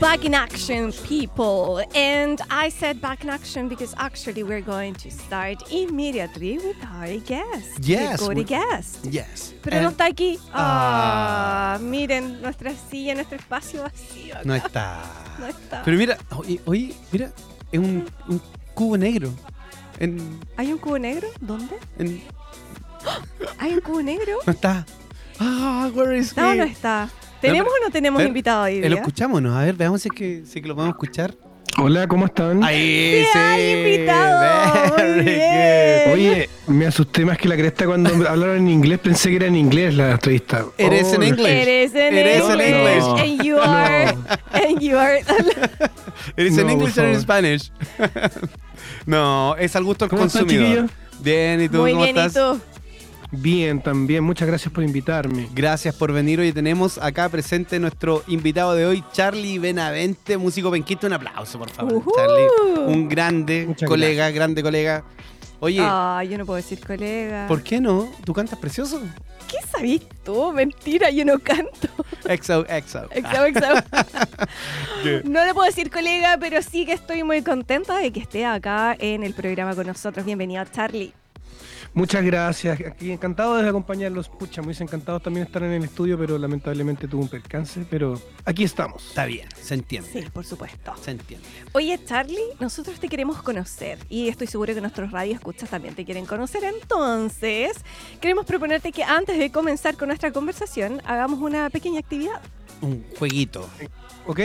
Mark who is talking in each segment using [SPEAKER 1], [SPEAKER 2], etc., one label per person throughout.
[SPEAKER 1] Back in Action people. And I said Back in Action because actually we're going to start immediately with our guest.
[SPEAKER 2] Yes,
[SPEAKER 1] With
[SPEAKER 2] we-
[SPEAKER 1] our guest.
[SPEAKER 2] Yes. Eh,
[SPEAKER 1] Pero no
[SPEAKER 2] And-
[SPEAKER 1] está aquí.
[SPEAKER 2] Ah.
[SPEAKER 1] Ah, miren, nuestra silla, nuestro espacio vacío. acá.
[SPEAKER 2] No está.
[SPEAKER 1] No está.
[SPEAKER 2] Pero mira, oye, oye, mira, es un, un cubo negro. En,
[SPEAKER 1] ¿Hay un cubo negro? ¿Dónde?
[SPEAKER 2] en-
[SPEAKER 1] ¿Hay un cubo negro?
[SPEAKER 2] no está. Ah, where is
[SPEAKER 1] No,
[SPEAKER 2] he?
[SPEAKER 1] no está. ¿Tenemos o no tenemos
[SPEAKER 2] Ver,
[SPEAKER 1] invitado hoy?
[SPEAKER 2] eh, lo
[SPEAKER 1] día?
[SPEAKER 2] escuchamos, ¿no? A ver, veamos si es que, si es que lo podemos escuchar.
[SPEAKER 3] Hola, ¿cómo están?
[SPEAKER 2] Ahí
[SPEAKER 1] Sí, hay invitado. Muy
[SPEAKER 2] very
[SPEAKER 1] bien.
[SPEAKER 2] good.
[SPEAKER 3] Oye, me asusté más que la cresta cuando hablaron en inglés, pensé que era en inglés la entrevista.
[SPEAKER 2] Eres en
[SPEAKER 3] Oh,
[SPEAKER 2] inglés.
[SPEAKER 1] It is in
[SPEAKER 2] It
[SPEAKER 1] English.
[SPEAKER 2] is in English.
[SPEAKER 3] No.
[SPEAKER 1] And you are.
[SPEAKER 3] No.
[SPEAKER 1] And you are.
[SPEAKER 2] ¿Eres en
[SPEAKER 3] No, por
[SPEAKER 2] inglés o en
[SPEAKER 3] favor.
[SPEAKER 2] Spanish? no, es al gusto del
[SPEAKER 3] ¿Cómo están,
[SPEAKER 2] consumidor.
[SPEAKER 3] chiquillos?
[SPEAKER 2] Bien, ¿y tú
[SPEAKER 1] Muy
[SPEAKER 2] cómo
[SPEAKER 1] bien, ¿y
[SPEAKER 2] estás?
[SPEAKER 1] tú?
[SPEAKER 3] Bien, también, muchas gracias por invitarme.
[SPEAKER 2] Gracias por venir. Hoy tenemos acá presente nuestro invitado de hoy, Charlie Benavente, músico penquista. Un aplauso, por favor,
[SPEAKER 1] Ujú.
[SPEAKER 2] Charlie. Un grande
[SPEAKER 3] Muchas
[SPEAKER 2] colega, grande colega. Oye,
[SPEAKER 1] Ah, yo no puedo decir colega.
[SPEAKER 2] ¿por qué no? ¿Tú cantas precioso?
[SPEAKER 1] qué sabís tú? Mentira, yo no canto.
[SPEAKER 2] Exo, exo.
[SPEAKER 1] Exau, exau. No le puedo decir colega, pero sí que estoy muy contenta de que esté acá en el programa con nosotros. Bienvenido, Charlie.
[SPEAKER 3] Muchas gracias. Aquí encantado de acompañarlos. Pucha, muy encantados también de estar en el estudio, pero lamentablemente tuve un percance, pero aquí estamos.
[SPEAKER 2] Está bien, se entiende.
[SPEAKER 1] Sí, por supuesto.
[SPEAKER 2] Se entiende.
[SPEAKER 1] Oye, Charlie, nosotros te queremos conocer y estoy seguro que nuestros radioescuchas también te quieren conocer. Entonces, queremos proponerte que antes de comenzar con nuestra conversación, hagamos una pequeña actividad.
[SPEAKER 2] Un jueguito.
[SPEAKER 3] ¿Ok?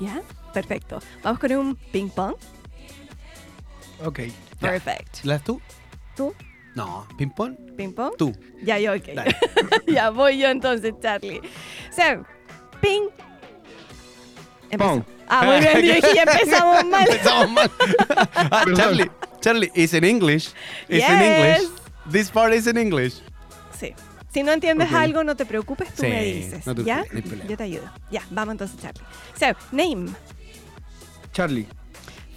[SPEAKER 1] ¿Ya? Perfecto. Vamos con un ping-pong.
[SPEAKER 3] Ok.
[SPEAKER 2] Ya.
[SPEAKER 1] Perfecto.
[SPEAKER 2] ¿Las tú?
[SPEAKER 1] ¿Tú?
[SPEAKER 2] No, ping-pong,
[SPEAKER 1] ¿Ping-pong?
[SPEAKER 2] tú.
[SPEAKER 1] Ya, yo, ok.
[SPEAKER 2] Dale.
[SPEAKER 1] ya voy yo entonces, Charlie. Seb, ping. Empezó.
[SPEAKER 3] Pong.
[SPEAKER 1] Ah, muy bien, yo dije, ya empezamos mal.
[SPEAKER 2] Empezamos mal. ah,
[SPEAKER 3] Perdón.
[SPEAKER 2] Charlie, Charlie, it's in English. It's in
[SPEAKER 1] Yes.
[SPEAKER 2] English. This part is in English.
[SPEAKER 1] Sí. Si no entiendes
[SPEAKER 2] Ok.
[SPEAKER 1] algo, no te preocupes, tú
[SPEAKER 2] Sí,
[SPEAKER 1] me dices.
[SPEAKER 2] no te
[SPEAKER 1] ¿Ya?
[SPEAKER 2] preocupes, no hay problema.
[SPEAKER 1] Yo te ayudo. Ya, vamos entonces, Charlie. Seb, name,
[SPEAKER 3] Charlie,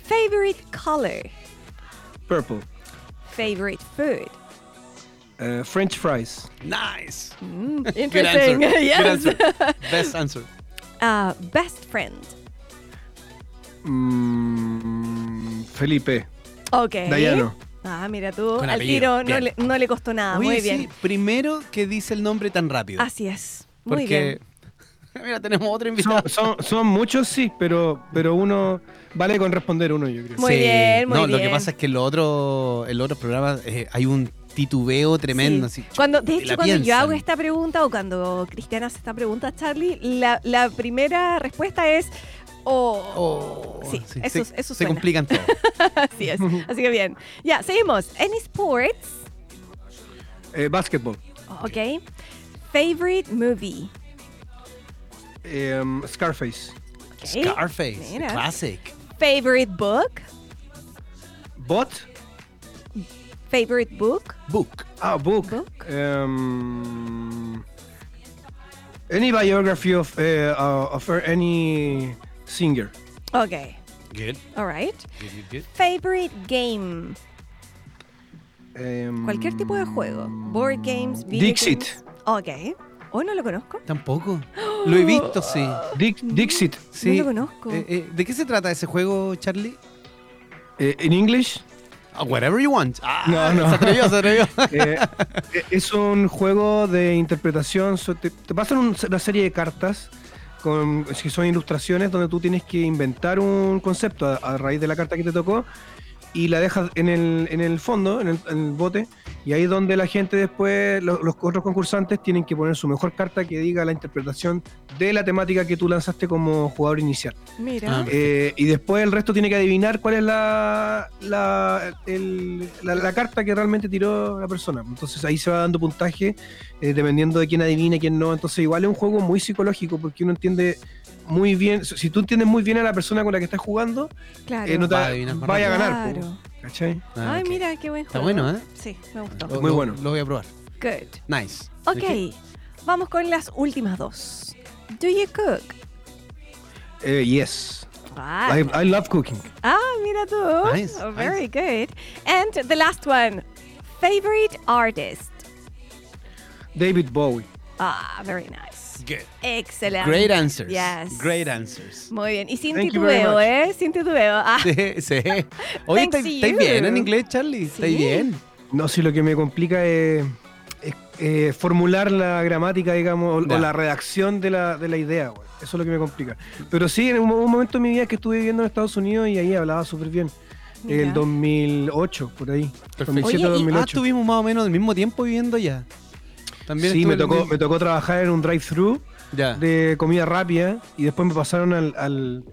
[SPEAKER 1] favorite color,
[SPEAKER 3] Purple,
[SPEAKER 1] favorite food.
[SPEAKER 3] eh, French Fries,
[SPEAKER 2] Nice.
[SPEAKER 1] Mm,
[SPEAKER 2] Good answer.
[SPEAKER 1] interesting.
[SPEAKER 2] Good
[SPEAKER 1] yes.
[SPEAKER 2] answer. Best answer.
[SPEAKER 1] Ah, best friend.
[SPEAKER 3] mm, Felipe,
[SPEAKER 1] Ok.
[SPEAKER 3] Dayano.
[SPEAKER 1] Ah, mira tú,
[SPEAKER 2] Con
[SPEAKER 1] al
[SPEAKER 2] apellido,
[SPEAKER 1] tiro no
[SPEAKER 2] bien.
[SPEAKER 1] le, no le costó nada.
[SPEAKER 2] Oye,
[SPEAKER 1] Ah, muy
[SPEAKER 2] sí,
[SPEAKER 1] bien.
[SPEAKER 2] primero que dice el nombre tan rápido.
[SPEAKER 1] Así es. Muy
[SPEAKER 2] porque
[SPEAKER 1] bien.
[SPEAKER 2] mira, tenemos otro invitado.
[SPEAKER 3] Son, son- son muchos, sí, pero, pero uno vale con responder uno, yo creo.
[SPEAKER 1] Muy bien, muy
[SPEAKER 2] no, lo que
[SPEAKER 1] bien.
[SPEAKER 2] pasa es que el otro, el otro programa eh, hay un titubeo tremendo.
[SPEAKER 1] Sí.
[SPEAKER 2] así,
[SPEAKER 1] Cuando, de
[SPEAKER 2] y
[SPEAKER 1] hecho,
[SPEAKER 2] la
[SPEAKER 1] cuando yo
[SPEAKER 2] piensan.
[SPEAKER 1] hago esta pregunta o cuando Cristiana hace esta pregunta a Charlie, la, la primera respuesta es
[SPEAKER 2] Oh,
[SPEAKER 1] oh. sí, eso,
[SPEAKER 2] se,
[SPEAKER 1] eso
[SPEAKER 2] se
[SPEAKER 1] suena.
[SPEAKER 2] complican todo.
[SPEAKER 1] Así es. Así que bien. Ya, seguimos. Any sports.
[SPEAKER 3] Eh, básquetbol.
[SPEAKER 1] Ok. Favorite movie.
[SPEAKER 3] Em, Um, Scarface.
[SPEAKER 1] Ok.
[SPEAKER 2] Scarface,
[SPEAKER 1] Mira.
[SPEAKER 2] classic.
[SPEAKER 1] Favorite book.
[SPEAKER 3] Bot.
[SPEAKER 1] Favorite book.
[SPEAKER 2] Book.
[SPEAKER 3] Ah, book.
[SPEAKER 1] Book.
[SPEAKER 3] Em, any biography of, eh, uh, of any singer.
[SPEAKER 1] Ok.
[SPEAKER 2] Good.
[SPEAKER 1] All right.
[SPEAKER 2] Good, good, good.
[SPEAKER 1] Favorite game.
[SPEAKER 3] Em,
[SPEAKER 1] Cualquier tipo de juego. Board games, video
[SPEAKER 3] Dixit.
[SPEAKER 1] games. Ok. Hoy no lo conozco.
[SPEAKER 2] Tampoco. Lo he visto, sí.
[SPEAKER 3] Dic- Dixit.
[SPEAKER 2] sí.
[SPEAKER 1] lo conozco.
[SPEAKER 2] Eh, eh, ¿De qué se trata ese juego, Charlie?
[SPEAKER 3] Eh, ¿En inglés?
[SPEAKER 2] Ah, whatever you want. Ah,
[SPEAKER 3] No, no.
[SPEAKER 2] Se atrevió, se atrevió.
[SPEAKER 3] Eh, eh, es un juego de interpretación. so- Te, te pasan un- una serie de cartas con, que son ilustraciones donde tú tienes que inventar un concepto a, a raíz de la carta que te tocó y la dejas en el, en el fondo, en el, en el bote, y ahí es donde la gente después, lo- los otros concursantes tienen que poner su mejor carta que diga la interpretación de la temática que tú lanzaste como jugador inicial.
[SPEAKER 1] Mira.
[SPEAKER 2] Ah,
[SPEAKER 3] Eh, y después el resto tiene que adivinar cuál es la, la, el- la- la carta que realmente tiró la persona. Entonces ahí se va dando puntaje eh, dependiendo de quién adivina, quién no. Entonces igual es un juego muy psicológico porque uno entiende muy bien, si tú entiendes muy bien a la persona con la que estás jugando,
[SPEAKER 1] claro.
[SPEAKER 3] eh, no te
[SPEAKER 2] Va a adivinar más
[SPEAKER 3] vaya a
[SPEAKER 1] rápido.
[SPEAKER 3] ganar. po,
[SPEAKER 1] Claro.
[SPEAKER 3] ¿cachai?
[SPEAKER 2] Ah,
[SPEAKER 1] Ay,
[SPEAKER 2] ok.
[SPEAKER 1] mira, qué buen
[SPEAKER 2] Está
[SPEAKER 1] juego.
[SPEAKER 2] bueno, ¿eh?
[SPEAKER 1] Sí, me gustó.
[SPEAKER 2] Lo-
[SPEAKER 3] Muy
[SPEAKER 2] lo-
[SPEAKER 3] bueno.
[SPEAKER 2] Lo voy a probar.
[SPEAKER 1] Good.
[SPEAKER 2] Nice.
[SPEAKER 1] Ok. Vamos con las últimas dos. Do you cook?
[SPEAKER 3] Eh, yes.
[SPEAKER 1] Ah,
[SPEAKER 3] I, I love cooking.
[SPEAKER 1] ah, mira tú.
[SPEAKER 2] Nice,
[SPEAKER 1] Oh, very good. And the last one. Favorite artist.
[SPEAKER 3] David Bowie.
[SPEAKER 1] Ah, very nice. answers.
[SPEAKER 2] Good.
[SPEAKER 1] Excellent.
[SPEAKER 2] Great answers.
[SPEAKER 1] Yes.
[SPEAKER 2] Great answers.
[SPEAKER 1] Muy bien. Y sin
[SPEAKER 3] Thank you very
[SPEAKER 1] titubeo,
[SPEAKER 3] much.
[SPEAKER 1] ¿eh? Sin titubeo. Ah,
[SPEAKER 2] Sí, sí. Oye,
[SPEAKER 1] Thanks
[SPEAKER 2] ¿estáis
[SPEAKER 1] to
[SPEAKER 2] estáis
[SPEAKER 1] you.
[SPEAKER 2] bien en inglés, Charlie? ¿Estáis
[SPEAKER 1] Sí.
[SPEAKER 2] bien?
[SPEAKER 3] No, si lo que me complica es, es, eh, formular la gramática, digamos, o,
[SPEAKER 2] Ya.
[SPEAKER 3] o la redacción de la, de la idea, güey. Eso es lo que me complica. Pero sí, en un, un momento de mi vida que estuve viviendo en Estados Unidos y ahí hablaba súper bien.
[SPEAKER 1] Mira.
[SPEAKER 3] El 2008, por ahí.
[SPEAKER 2] Perfecto.
[SPEAKER 3] 2007,
[SPEAKER 1] Oye, y-
[SPEAKER 2] Ah,
[SPEAKER 3] 2008.
[SPEAKER 2] estuvimos más o menos el mismo tiempo viviendo allá. También
[SPEAKER 3] sí,
[SPEAKER 2] estuve
[SPEAKER 3] me
[SPEAKER 2] en
[SPEAKER 3] tocó,
[SPEAKER 2] el-
[SPEAKER 3] me tocó trabajar en un drive-thru
[SPEAKER 2] Ya.
[SPEAKER 3] de comida rápida y después me pasaron al, al,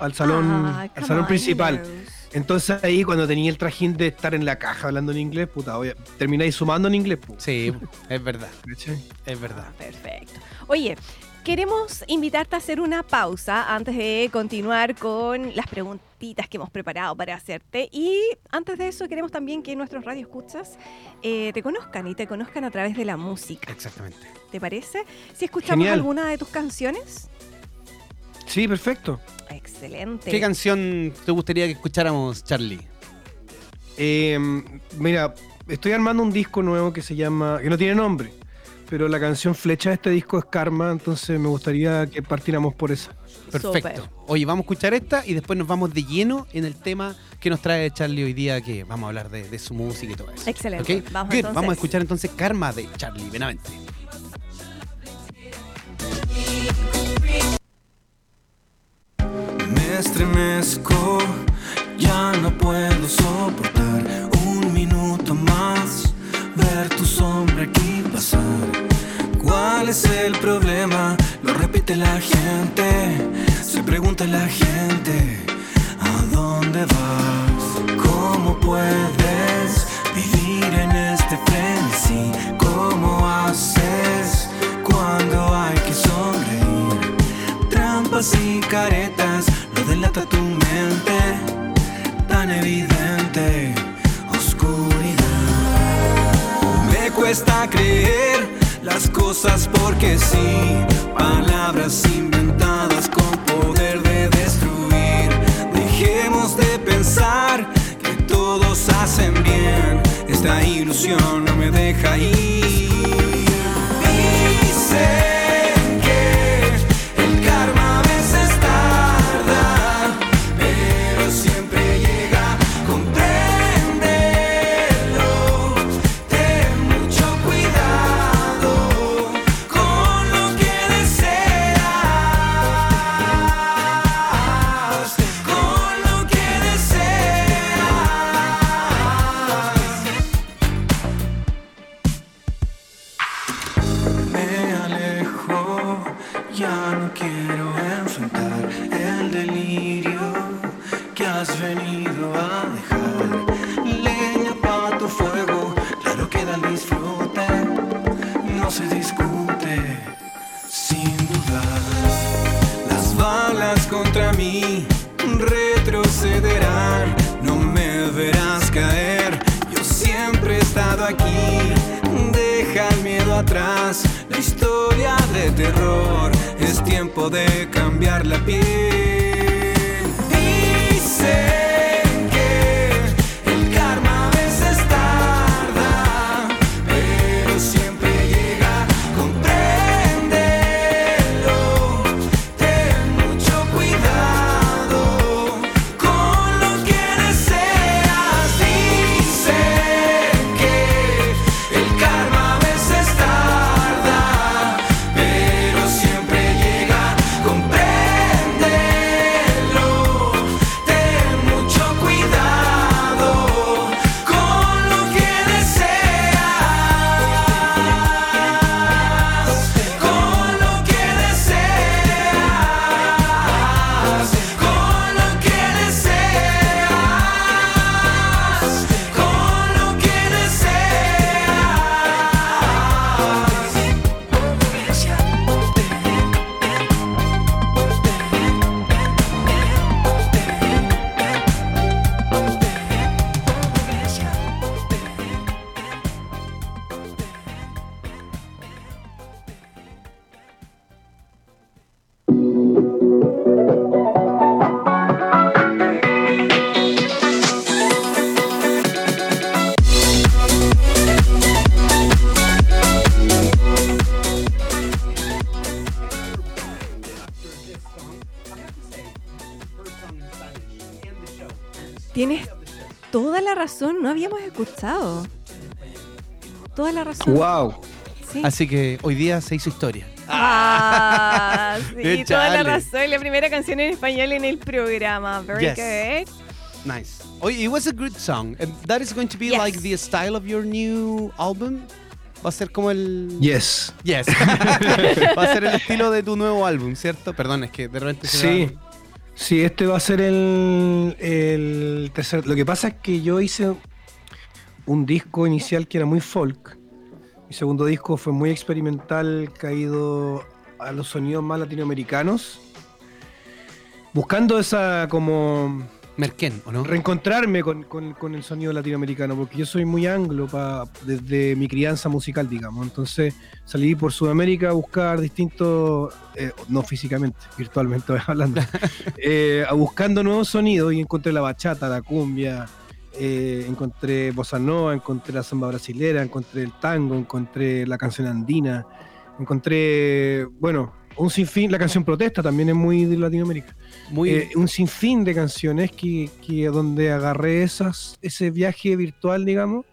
[SPEAKER 3] al salón,
[SPEAKER 1] ah,
[SPEAKER 3] al
[SPEAKER 1] come
[SPEAKER 3] salón
[SPEAKER 1] on,
[SPEAKER 3] principal.
[SPEAKER 1] heroes.
[SPEAKER 3] Entonces ahí cuando tenía el trajín de estar en la caja hablando en inglés, puta, obvia- termináis sumando en inglés, puta.
[SPEAKER 2] Sí, es verdad, es verdad.
[SPEAKER 1] Ah, Perfecto. Oye, queremos invitarte a hacer una pausa antes de continuar con las preguntitas que hemos preparado para hacerte. Y antes de eso, queremos también que nuestros radioescuchas eh, te conozcan y te conozcan a través de la música.
[SPEAKER 2] Exactamente.
[SPEAKER 1] ¿Te parece? Si escuchamos
[SPEAKER 3] Genial.
[SPEAKER 1] alguna de tus canciones.
[SPEAKER 3] Sí, perfecto.
[SPEAKER 1] Excelente.
[SPEAKER 2] ¿Qué canción te gustaría que escucháramos, Charlie?
[SPEAKER 3] Eh, mira, estoy armando un disco nuevo que se llama, que no tiene nombre, pero la canción flecha de este disco es Karma, entonces me gustaría que partiéramos por esa.
[SPEAKER 2] Perfecto.
[SPEAKER 1] Súper.
[SPEAKER 2] Oye, vamos a escuchar esta y después nos vamos de lleno en el tema que nos trae Charlie hoy día, que vamos a hablar de, de su música y todo eso.
[SPEAKER 1] Excelente.
[SPEAKER 2] ¿Ok?
[SPEAKER 1] Vamos
[SPEAKER 2] Good.
[SPEAKER 1] entonces.
[SPEAKER 2] Vamos a escuchar entonces Karma de Charlie Benavente.
[SPEAKER 4] Me estremezco, ya no puedo soportar un minuto más, ver tu sombra aquí pasar. ¿Cuál es el problema? Lo repite la gente, se pregunta la gente, ¿a dónde vas? ¿Cómo puedes vivir en este frenesí? ¿Cómo haces cuando hay que sonreír? Trampas y caretas, lo delata tu mente, tan evidente, oscuridad. Me cuesta creer las cosas porque sí, palabras inventadas con poder de destruir. Dejemos de pensar que todos hacen bien, esta ilusión no me deja ir. Dicen que el karma a veces tarda, pero siempre llega. Compréndelo, ten mucho cuidado con lo que deseas, con lo que deseas. Me alejo, ya no quiero enfrentar el delirio que has venido a dejar. Leña para tu fuego, claro que da el disfrute, no se discute, sin dudar. Las balas contra mí retrocederán. No me verás caer. Yo siempre he estado aquí. Deja el miedo atrás. La historia de terror. Es tiempo de cambiar la piel. Dicen que el karma a veces tarda, pero siempre llega. Compréndelo, ten mucho cuidado con lo que deseas. Dicen que el karma a veces tarda, pero siempre llega. Compréndelo, ten mucho
[SPEAKER 1] toda la razón, no habíamos escuchado. Toda la razón.
[SPEAKER 3] ¡Wow!
[SPEAKER 1] Sí.
[SPEAKER 2] Así que hoy día se hizo historia.
[SPEAKER 1] Ah, sí,
[SPEAKER 2] Échale.
[SPEAKER 1] toda la razón. La primera canción en español en el programa. Very
[SPEAKER 2] Yes.
[SPEAKER 1] good.
[SPEAKER 2] Nice. Oh, it was a good song. And that is going to be
[SPEAKER 1] Yes.
[SPEAKER 2] like the style of your new album. Va a ser como el.
[SPEAKER 3] Yes.
[SPEAKER 2] Yes. Va a ser el estilo de tu nuevo álbum, ¿cierto? Perdón, es que de repente. se
[SPEAKER 3] Sí.
[SPEAKER 2] da-
[SPEAKER 3] Sí, este va a ser el, el tercer. Lo que pasa es que yo hice un disco inicial que era muy folk. Mi segundo disco fue muy experimental, caído a los sonidos más latinoamericanos. Buscando esa como
[SPEAKER 2] Merquén, ¿o no?
[SPEAKER 3] reencontrarme con, con- con el sonido latinoamericano, porque yo soy muy anglo pa- desde mi crianza musical, digamos. Entonces salí por Sudamérica a buscar distintos, eh, no físicamente, virtualmente hablando, eh, a buscando nuevos sonidos y encontré la bachata, la cumbia, eh, encontré bossa nova, encontré la samba brasilera, encontré el tango, encontré la canción andina, encontré, bueno, un sinfín, la canción protesta también es muy de Latinoamérica.
[SPEAKER 2] Muy.
[SPEAKER 3] Eh, un sinfín de canciones que, que donde agarré esas, ese viaje virtual, digamos,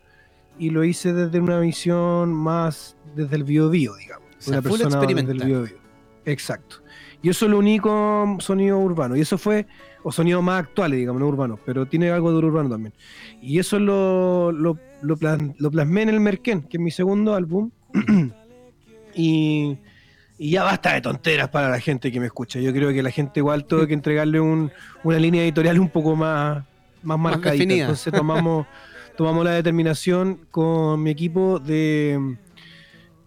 [SPEAKER 3] y lo hice desde una visión más desde el bio bio, digamos.
[SPEAKER 2] O sea,
[SPEAKER 3] una
[SPEAKER 2] full
[SPEAKER 3] persona desde el
[SPEAKER 2] experimental.
[SPEAKER 3] biobío. Exacto. Y eso es lo único sonido urbano. Y eso fue, o sonido más actuales, digamos, no urbano, pero tiene algo de urbano también. Y eso lo, lo, lo plan- lo plasmé en el Merquén, que es mi segundo álbum. y, y ya basta de tonteras para la gente que me escucha. Yo creo que la gente igual tuve que entregarle un- una línea editorial un poco más, más marcadita.
[SPEAKER 2] definida.
[SPEAKER 3] Entonces tomamos, tomamos la determinación con mi equipo de,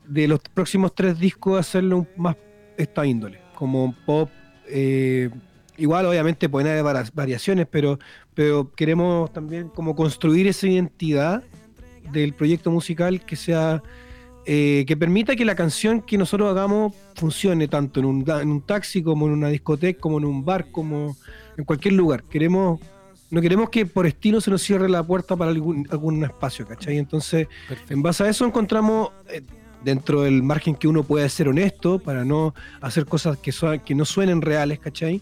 [SPEAKER 3] de los próximos tres discos hacerlo un- más esta índole, como un pop. eh, igual obviamente pueden haber varas- variaciones, pero, pero queremos también como construir esa identidad del proyecto musical que sea eh, que permita que la canción que nosotros hagamos funcione tanto en un, da- en un taxi como en una discoteca, como en un bar, como en cualquier lugar. Queremos no queremos que por estilo se nos cierre la puerta para algún, algún espacio, ¿cachai? Entonces, en base a eso encontramos eh, dentro del margen que uno puede ser honesto para no hacer cosas que, sua- que no suenen reales, ¿cachai?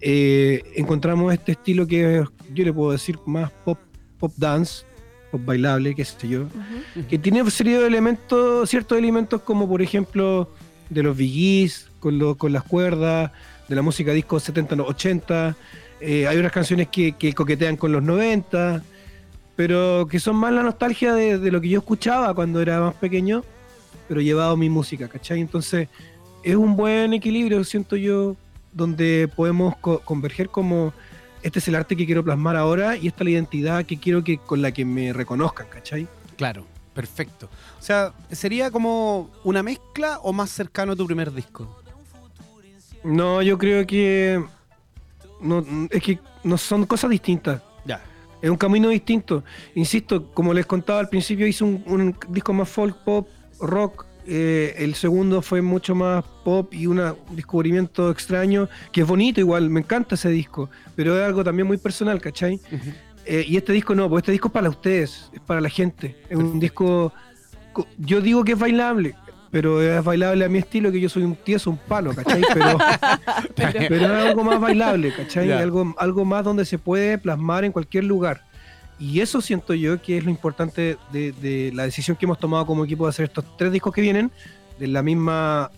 [SPEAKER 3] Eh, encontramos este estilo que es, yo le puedo decir más pop, pop dance, pop bailable, qué sé yo,
[SPEAKER 1] Ujú.
[SPEAKER 3] que tiene una serie de elementos, ciertos elementos como por ejemplo de los biggies con, lo- con las cuerdas, de la música disco 70, no, 80, eh, hay unas canciones que, que coquetean con los 90, pero que son más la nostalgia de, de lo que yo escuchaba cuando era más pequeño, pero llevado a mi música, ¿cachai? Entonces es un buen equilibrio, siento yo, donde podemos co- converger como este es el arte que quiero plasmar ahora y esta es la identidad que quiero que con la que me reconozcan, ¿cachai?
[SPEAKER 2] Claro, perfecto. O sea, ¿sería como una mezcla o más cercano a tu primer disco?
[SPEAKER 3] No, yo creo que. No, es que no son cosas distintas.
[SPEAKER 2] Ya.
[SPEAKER 3] Es un camino distinto. Insisto, como les contaba al principio, hice un, un disco más folk, pop, rock. eh, el segundo fue mucho más pop y una- un descubrimiento extraño, que es bonito igual, me encanta ese disco, pero es algo también muy personal, ¿cachai? Eh, y este disco no, porque este disco es para ustedes, es para la gente. Es un disco, co- yo digo que es bailable, pero es bailable a mi estilo, que yo soy un tieso, un palo, ¿cachai? Pero, pero es algo más bailable, ¿cachai?
[SPEAKER 2] Ya.
[SPEAKER 3] Algo, algo más donde se puede plasmar en cualquier lugar. Y eso siento yo que es lo importante de, de la decisión que hemos tomado como equipo de hacer estos tres discos que vienen de la misma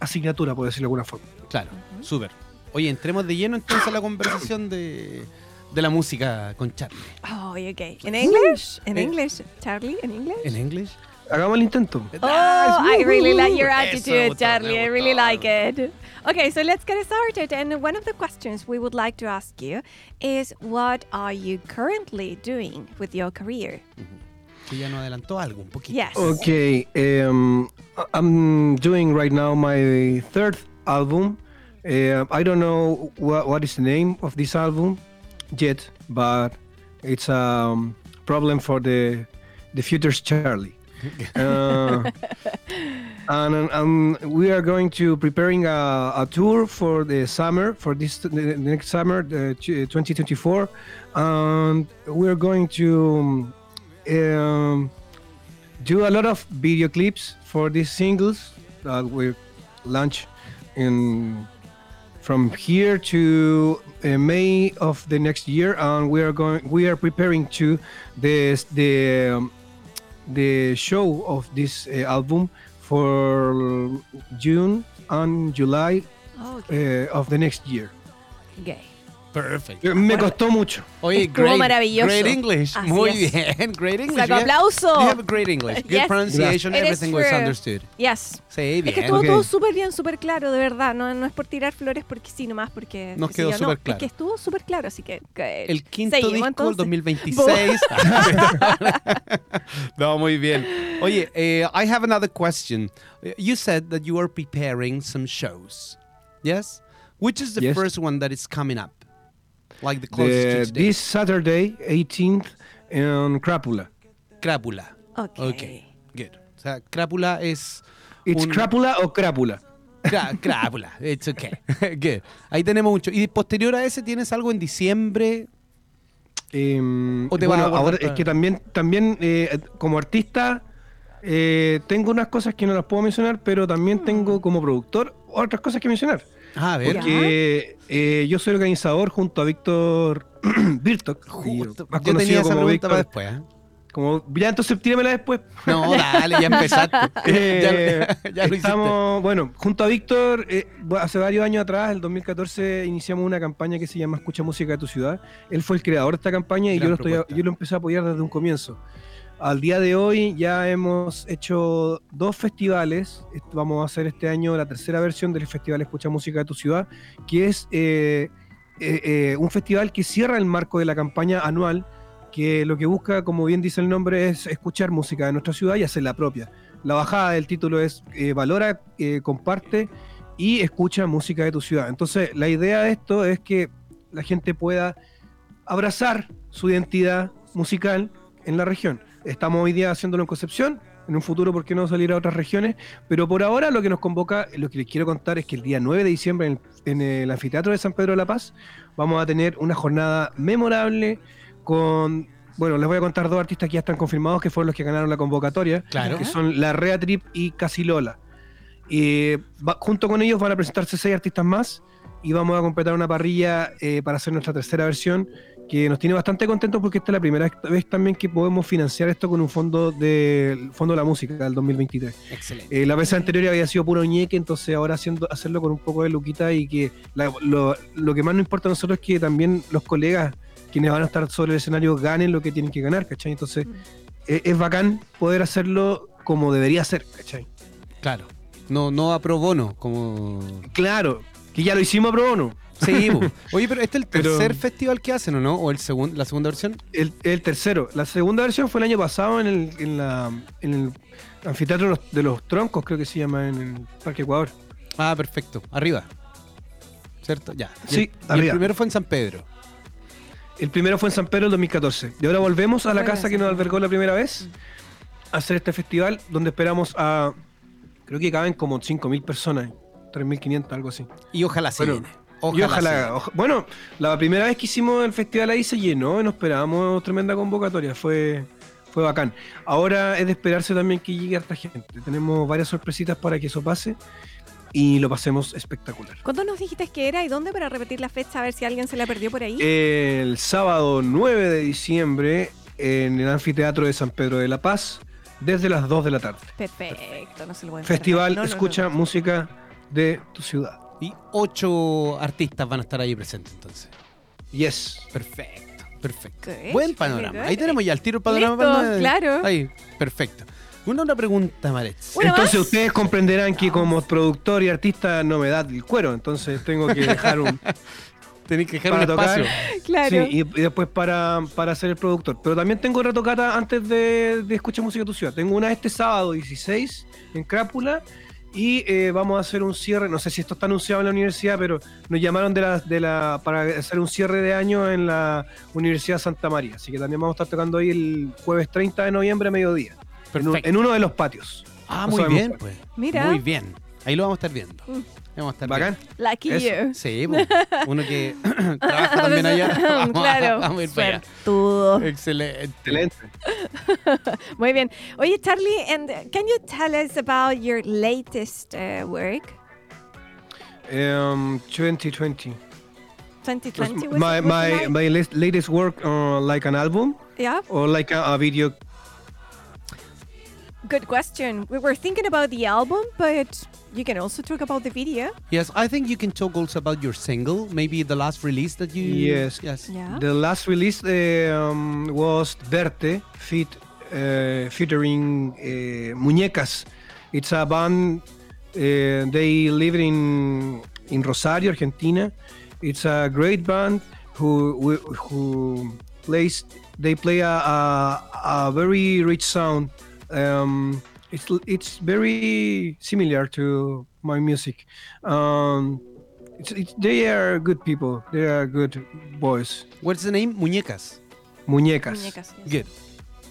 [SPEAKER 3] asignatura, por decirlo de alguna forma.
[SPEAKER 2] Claro, súper. Oye, entremos de lleno entonces a la conversación de, de la música con Charlie.
[SPEAKER 1] Oh, okay. In English? In
[SPEAKER 2] Eh.
[SPEAKER 1] English? Charlie, in English?
[SPEAKER 2] ¿En inglés?
[SPEAKER 3] Hagamos el intento.
[SPEAKER 1] Oh, I really like your
[SPEAKER 2] Eso me
[SPEAKER 1] attitude,
[SPEAKER 2] gustó,
[SPEAKER 1] Charlie.
[SPEAKER 2] me
[SPEAKER 1] I really
[SPEAKER 2] gustó.
[SPEAKER 1] like it. Okay, so let's get started. And one of the questions we would like to ask you is what are you currently doing with your career?
[SPEAKER 2] Que ya nos adelantó algo un poquito.
[SPEAKER 1] Yes.
[SPEAKER 3] Okay, um, I'm doing right now my third album. Uh, I don't know wha what is the name of this album yet, but it's a um, problem for the the future's Charlie. Uh, and, um, um, we are going to preparing a, a tour for the summer for this the the next summer, the t- 2024, and we are going to. Um, do a lot of video clips for these singles that we launch in from here to uh, May of the next year, and we are going. We are preparing to this the um, the show of this uh, album for June and July
[SPEAKER 1] Ok,
[SPEAKER 3] eh, of the next year. Uh,
[SPEAKER 1] gay.
[SPEAKER 2] Perfect.
[SPEAKER 3] Me costó mucho.
[SPEAKER 2] Oye,
[SPEAKER 1] Estuvo maravilloso.
[SPEAKER 2] Great English.
[SPEAKER 1] Así
[SPEAKER 2] Muy
[SPEAKER 1] es.
[SPEAKER 2] bien. Great English.
[SPEAKER 1] Saco
[SPEAKER 2] You have-
[SPEAKER 1] aplauso.
[SPEAKER 2] You have great English. Good
[SPEAKER 1] Yes.
[SPEAKER 2] pronunciation.
[SPEAKER 1] It is
[SPEAKER 2] Everything was
[SPEAKER 1] true.
[SPEAKER 2] understood.
[SPEAKER 1] Yes.
[SPEAKER 2] Sí,
[SPEAKER 1] Es que
[SPEAKER 2] bien.
[SPEAKER 1] estuvo
[SPEAKER 3] Ok.
[SPEAKER 1] todo súper bien, súper claro, de verdad. No, no es por tirar flores porque sí, nomás porque.
[SPEAKER 2] Nos
[SPEAKER 1] qué sé
[SPEAKER 2] quedó
[SPEAKER 1] yo, no,
[SPEAKER 2] súper claro.
[SPEAKER 1] Es que estuvo súper claro, así que. que-
[SPEAKER 2] El quinto
[SPEAKER 1] seguimos,
[SPEAKER 2] disco, el
[SPEAKER 1] entonces.
[SPEAKER 2] 2026. no, muy bien. Oye, eh, I have another question. Eh, You said that you are preparing some shows. Yes? Which is the
[SPEAKER 3] Yes.
[SPEAKER 2] first one that is coming up? Like the closest
[SPEAKER 3] The-
[SPEAKER 2] to today?
[SPEAKER 3] this Saturday, 18th, in Crapula.
[SPEAKER 2] Crápula.
[SPEAKER 1] Ok.
[SPEAKER 2] Good. O sea, crápula es
[SPEAKER 3] It's
[SPEAKER 2] un-
[SPEAKER 3] Crapula o Crapula.
[SPEAKER 2] Crá- crápula. It's okay. Good. Ahí tenemos mucho. Y posterior a ese tienes algo en diciembre.
[SPEAKER 3] Em,
[SPEAKER 2] ¿O te
[SPEAKER 3] bueno,
[SPEAKER 2] vas a guardar
[SPEAKER 3] ahora
[SPEAKER 2] para-
[SPEAKER 3] es que también, también eh, como artista eh, tengo unas cosas que no las puedo mencionar, pero también tengo como productor otras cosas que mencionar.
[SPEAKER 2] Ah, a ver.
[SPEAKER 1] Ya.
[SPEAKER 3] Porque eh, yo soy organizador junto a Víctor Virtok,
[SPEAKER 2] Justo.
[SPEAKER 3] más
[SPEAKER 2] Yo tenía
[SPEAKER 3] conocido
[SPEAKER 2] esa
[SPEAKER 3] como
[SPEAKER 2] pregunta para
[SPEAKER 3] Víctor.
[SPEAKER 2] después. ¿eh?
[SPEAKER 3] Como, ya entonces tíramela después.
[SPEAKER 2] No, dale, ya empezaste.
[SPEAKER 3] Eh,
[SPEAKER 2] ya ya lo hiciste.
[SPEAKER 3] estamos, bueno, junto a Víctor, eh, bu- hace varios años atrás, el 2014, iniciamos una campaña que se llama Escucha Música de tu Ciudad. Él fue el creador de esta campaña y
[SPEAKER 2] Gran
[SPEAKER 3] yo lo, estoy a-
[SPEAKER 2] propuesta.
[SPEAKER 3] yo lo empecé a apoyar desde un comienzo. Al día de hoy ya hemos hecho dos festivales. Est- Vamos a hacer este año la tercera versión del festival Escucha Música de tu Ciudad, que es eh, eh, eh, un festival que cierra el marco de la campaña anual, que lo que busca, como bien dice el nombre, es escuchar música de nuestra ciudad y hacerla propia. La bajada del título es eh, Valora, eh, comparte y escucha música de tu ciudad. Entonces, la idea de esto es que la gente pueda abrazar su identidad musical en la región. Estamos hoy día haciéndolo en Concepción, en un futuro, ¿por qué no salir a otras regiones? Pero por ahora lo que nos convoca, lo que les quiero contar es que el día 9 de diciembre en el, en el anfiteatro de San Pedro de la Paz vamos a tener una jornada memorable con... Bueno, les voy a contar dos artistas que ya están confirmados, que fueron los que ganaron la convocatoria
[SPEAKER 2] Claro.
[SPEAKER 3] que son La Rea Trip y Casilola. Eh, va- junto con ellos van a presentarse seis artistas más y vamos a completar una parrilla eh, para hacer nuestra tercera versión que nos tiene bastante contentos porque esta es la primera vez también que podemos financiar esto con un fondo del Fondo de la Música del 2023.
[SPEAKER 2] Excelente.
[SPEAKER 3] Eh, la vez anterior había sido puro ñeque, entonces ahora haciendo, hacerlo con un poco de luquita y que la- lo, lo que más nos importa a nosotros es que también los colegas quienes van a estar sobre el escenario ganen lo que tienen que ganar, ¿cachai? Entonces
[SPEAKER 1] Mm.
[SPEAKER 3] eh, es bacán poder hacerlo como debería ser, ¿cachai?
[SPEAKER 2] Claro. No, no a pro bono, como.
[SPEAKER 3] Claro, que ya lo hicimos a pro bono.
[SPEAKER 2] Sí, po. Oye, pero este es el
[SPEAKER 3] Pero-
[SPEAKER 2] tercer festival que hacen, ¿o no? ¿O el segundo la segunda versión?
[SPEAKER 3] El, el tercero. La segunda versión fue el año pasado en el, en la- en el anfiteatro de los, de los troncos, creo que se llama, en el Parque Ecuador.
[SPEAKER 2] Ah, perfecto. Arriba. ¿Cierto? Ya. Y el-
[SPEAKER 3] Sí,
[SPEAKER 2] y el
[SPEAKER 3] arriba.
[SPEAKER 2] primero fue en San Pedro.
[SPEAKER 3] El primero fue en San Pedro el 2014. Y ahora volvemos a la
[SPEAKER 1] Bueno,
[SPEAKER 3] casa que
[SPEAKER 1] sí.
[SPEAKER 3] nos albergó la primera vez a hacer este festival donde esperamos a. Creo que caben como 5.000 personas, 3.500, algo así.
[SPEAKER 2] Y ojalá se
[SPEAKER 3] Bueno,
[SPEAKER 2] llene.
[SPEAKER 3] y
[SPEAKER 2] se
[SPEAKER 3] ojalá.
[SPEAKER 2] llene.
[SPEAKER 3] oja- bueno, la primera vez que hicimos el festival ahí se llenó y nos esperábamos tremenda convocatoria. Fue, fue bacán. Ahora es de esperarse también que llegue harta gente. Tenemos varias sorpresitas para que eso pase y lo pasemos espectacular.
[SPEAKER 1] ¿Cuándo nos dijiste que era y dónde para repetir la fecha a ver si alguien se la perdió por
[SPEAKER 2] Eh,
[SPEAKER 1] ahí?
[SPEAKER 3] El sábado 9 de diciembre en el Anfiteatro de San Pedro de la Paz, desde las 2 de la tarde.
[SPEAKER 1] perfecto, no se lo voy a perder.
[SPEAKER 3] Festival
[SPEAKER 1] No, no, no.
[SPEAKER 3] Escucha Música de tu ciudad.
[SPEAKER 2] Y ocho artistas van a estar ahí presentes entonces.
[SPEAKER 3] Yes.
[SPEAKER 2] Perfecto, perfecto.
[SPEAKER 1] Good,
[SPEAKER 2] Buen panorama.
[SPEAKER 1] good.
[SPEAKER 2] Ahí tenemos ya el tiro el panorama.
[SPEAKER 1] Listo,
[SPEAKER 2] para-
[SPEAKER 1] claro.
[SPEAKER 2] Ahí, perfecto. Una, una pregunta, Maretz.
[SPEAKER 1] Una
[SPEAKER 3] Entonces
[SPEAKER 1] más.
[SPEAKER 3] ustedes comprenderán que como productor y artista no me da el cuero, entonces tengo que dejar un...
[SPEAKER 2] Tenéis que dejar
[SPEAKER 3] para
[SPEAKER 2] un
[SPEAKER 3] tocar.
[SPEAKER 2] espacio.
[SPEAKER 1] Claro.
[SPEAKER 3] Sí, y, y después para, para ser el productor. Pero también tengo otra tocata antes de, de Escucha Música de tu Ciudad. Tengo una este sábado 16 en Crápula y eh, vamos a hacer un cierre, no sé si esto está anunciado en la universidad, pero nos llamaron de la, de la, para hacer un cierre de año en la Universidad Santa María. Así que también vamos a estar tocando ahí el jueves 30 de noviembre a mediodía, en, un-
[SPEAKER 2] Perfecto.
[SPEAKER 3] en uno de los patios.
[SPEAKER 2] ah,
[SPEAKER 3] no
[SPEAKER 2] muy
[SPEAKER 3] sabemos
[SPEAKER 2] bien,
[SPEAKER 3] cuál.
[SPEAKER 2] pues.
[SPEAKER 1] Mira.
[SPEAKER 2] Muy bien. Ahí lo vamos a estar viendo.
[SPEAKER 1] Mm.
[SPEAKER 2] Vamos a estar
[SPEAKER 3] Bacán.
[SPEAKER 1] Lucky
[SPEAKER 3] Eso.
[SPEAKER 1] you.
[SPEAKER 2] viendo. Sí, pues, uno que trabaja también allá. Vamos a-
[SPEAKER 1] mm, claro.
[SPEAKER 2] vamos a ir para allá.
[SPEAKER 1] Suertudo.
[SPEAKER 2] Excelente.
[SPEAKER 3] Excelente.
[SPEAKER 1] Muy bien. Oye, Charlie, and uh, can you tell us about your latest uh, work?
[SPEAKER 3] Um, 2020.
[SPEAKER 1] 2020
[SPEAKER 2] Pues
[SPEAKER 1] was
[SPEAKER 3] my
[SPEAKER 1] it- was
[SPEAKER 3] my,
[SPEAKER 1] it like-
[SPEAKER 3] my lat- latest work, uh, like an album
[SPEAKER 1] Yeah,
[SPEAKER 3] or like a, a video.
[SPEAKER 1] good question. We were thinking about the album, but you can also talk about the video.
[SPEAKER 2] Yes, I think you can talk also about your single, maybe the last release that you.
[SPEAKER 3] Yes.
[SPEAKER 2] Yes.
[SPEAKER 1] Yeah.
[SPEAKER 3] The last release eh, um, was Verte feat, eh, featuring eh, Muñecas. It's a band. eh, they live in in Rosario, Argentina. It's a great band who who- who plays. They play a, a, a very rich sound. Um, it's it's very similar to my music. Um, it's, it's, they are good people. They are good boys.
[SPEAKER 2] What's the name? Muñecas.
[SPEAKER 3] Muñecas.
[SPEAKER 1] Muñecas, yes.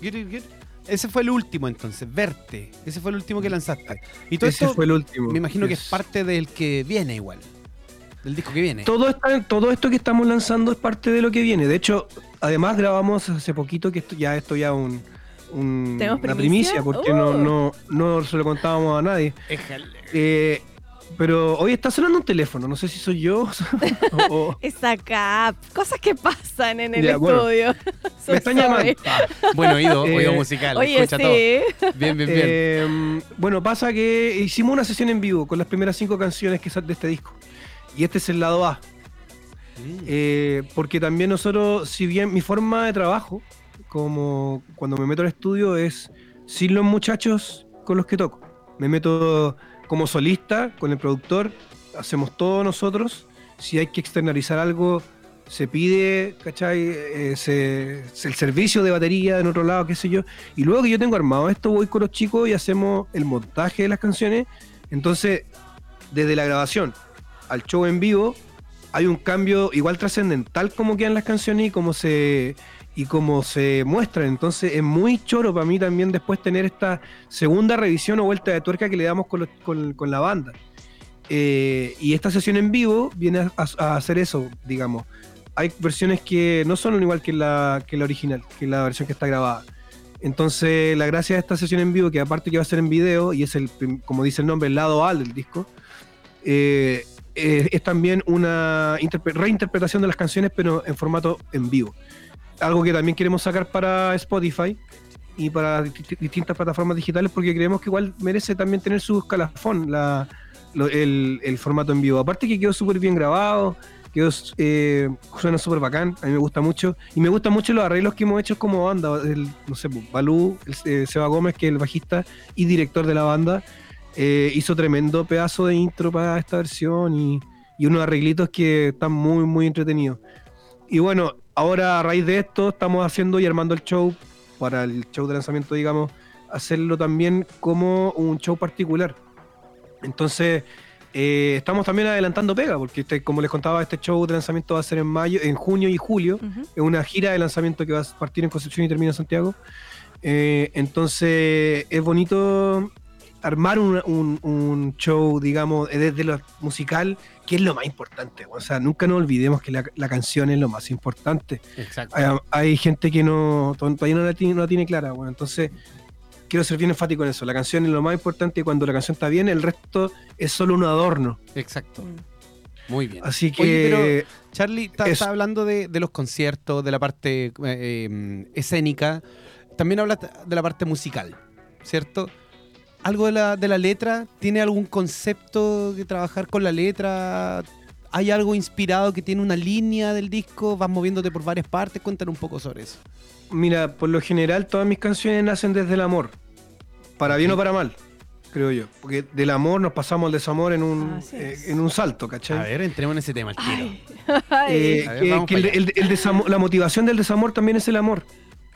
[SPEAKER 2] Good. Good, good, good. Ese fue el último entonces, Verte. Ese fue el último que lanzaste. Y todo
[SPEAKER 3] Ese
[SPEAKER 2] esto,
[SPEAKER 3] fue el último.
[SPEAKER 2] me imagino que
[SPEAKER 3] Yes.
[SPEAKER 2] es parte del que viene igual. Del disco que viene.
[SPEAKER 3] Todo, está- todo esto que estamos lanzando es parte de lo que viene. De hecho, además grabamos hace poquito que esto ya esto ya un, un-
[SPEAKER 1] ¿Tenemos
[SPEAKER 3] una primicia
[SPEAKER 1] primicia?
[SPEAKER 3] porque no,
[SPEAKER 1] Uh.
[SPEAKER 3] no, no se lo contábamos a nadie. Eh, pero hoy está sonando un teléfono. No sé si soy yo o- o-
[SPEAKER 1] Es acá. ah, Cosas que pasan en el
[SPEAKER 3] Ya, bueno.
[SPEAKER 1] estudio. So
[SPEAKER 3] me están
[SPEAKER 1] sorry.
[SPEAKER 3] llamando.
[SPEAKER 2] Buen oído,
[SPEAKER 3] Eh,
[SPEAKER 2] oído musical.
[SPEAKER 1] Oye,
[SPEAKER 2] escucha
[SPEAKER 1] sí.
[SPEAKER 2] todo. Bien, bien, bien.
[SPEAKER 3] Eh, bueno, pasa que hicimos una sesión en vivo con las primeras cinco canciones que sal- de este disco. Y este es el lado A.
[SPEAKER 2] Mm.
[SPEAKER 3] Eh, porque también nosotros, si bien mi forma de trabajo, como cuando me meto al estudio, es sin los muchachos con los que toco. Me meto como solista, con el productor, hacemos todo nosotros. Si hay que externalizar algo, se pide, ¿cachai? Eh, se- se- el servicio de batería en otro lado, qué sé yo. Y luego que yo tengo armado esto, voy con los chicos y hacemos el montaje de las canciones. Entonces, desde la grabación al show en vivo, hay un cambio igual trascendental como quedan las canciones y cómo se y cómo se muestran. Entonces es muy choro para mí también después tener esta segunda revisión o vuelta de tuerca que le damos con, los- con- con la banda. Eh, y esta sesión en vivo viene a, a hacer eso, digamos. Hay versiones que no son igual que la, que la original, que la versión que está grabada. Entonces la gracia de esta sesión en vivo, que aparte que va a ser en video, y es el, prim- como dice el nombre, el lado A del disco, eh, eh, es también una interpre- reinterpretación de las canciones, pero en formato en vivo. Algo que también queremos sacar para Spotify y para disti- distintas plataformas digitales, porque creemos que igual merece también tener su escalafón la- lo- el, el formato en vivo. Aparte que quedó súper bien grabado, quedó, s- eh, suena súper bacán, a mí me gusta mucho. Y me gustan mucho los arreglos que hemos hecho como banda. El, no sé, pues, Balú, el- eh, Seba Gómez, que es el bajista y director de la banda, eh, hizo tremendo pedazo de intro para esta versión y, y unos arreglitos que están muy, muy entretenidos. Y bueno, ahora a raíz de esto estamos haciendo y armando el show para el show de lanzamiento, digamos, hacerlo también como un show particular. Entonces, eh, estamos también adelantando pega, porque este, como les contaba, este show de lanzamiento va a ser en mayo, en junio y julio.
[SPEAKER 1] Ujú.
[SPEAKER 3] Es una gira de lanzamiento que va a partir en Concepción y termina en Santiago. Eh, entonces es bonito armar un, un- un show, digamos, eh, desde lo musical, que es lo más importante. O sea, nunca nos olvidemos que la, la canción es lo más importante.
[SPEAKER 2] Exacto.
[SPEAKER 3] Hay, hay gente que no to- todavía no la tiene, no la tiene clara. Bueno, entonces quiero ser bien enfático en eso. La canción es lo más importante y cuando la canción está bien, el resto es solo un adorno.
[SPEAKER 2] Exacto.
[SPEAKER 1] Mm.
[SPEAKER 2] Muy bien.
[SPEAKER 3] Así que...
[SPEAKER 2] Oye, pero- Charlie, está,
[SPEAKER 3] Eso.
[SPEAKER 2] está hablando de, de los conciertos, de la parte eh, eh, escénica. También hablas de la parte musical, ¿cierto? ¿Algo de la, de la letra? ¿Tiene algún concepto que trabajar con la letra? ¿Hay algo inspirado que tiene una línea del disco? ¿Vas moviéndote por varias partes? Cuéntanos un poco sobre eso.
[SPEAKER 3] Mira, por lo general todas mis canciones nacen desde el amor. Para bien o para mal, creo yo. Porque del amor nos pasamos al desamor en un,
[SPEAKER 1] Así
[SPEAKER 3] eh,
[SPEAKER 1] es.
[SPEAKER 3] en un salto, ¿cachai?
[SPEAKER 2] A ver, entremos en ese tema al tiro.
[SPEAKER 1] Ay. Ay.
[SPEAKER 3] Eh,
[SPEAKER 2] A ver,
[SPEAKER 3] que-
[SPEAKER 2] vamos
[SPEAKER 3] que
[SPEAKER 2] pa'
[SPEAKER 3] el-
[SPEAKER 2] allá.
[SPEAKER 3] el- el desamo- la motivación del desamor también es el amor.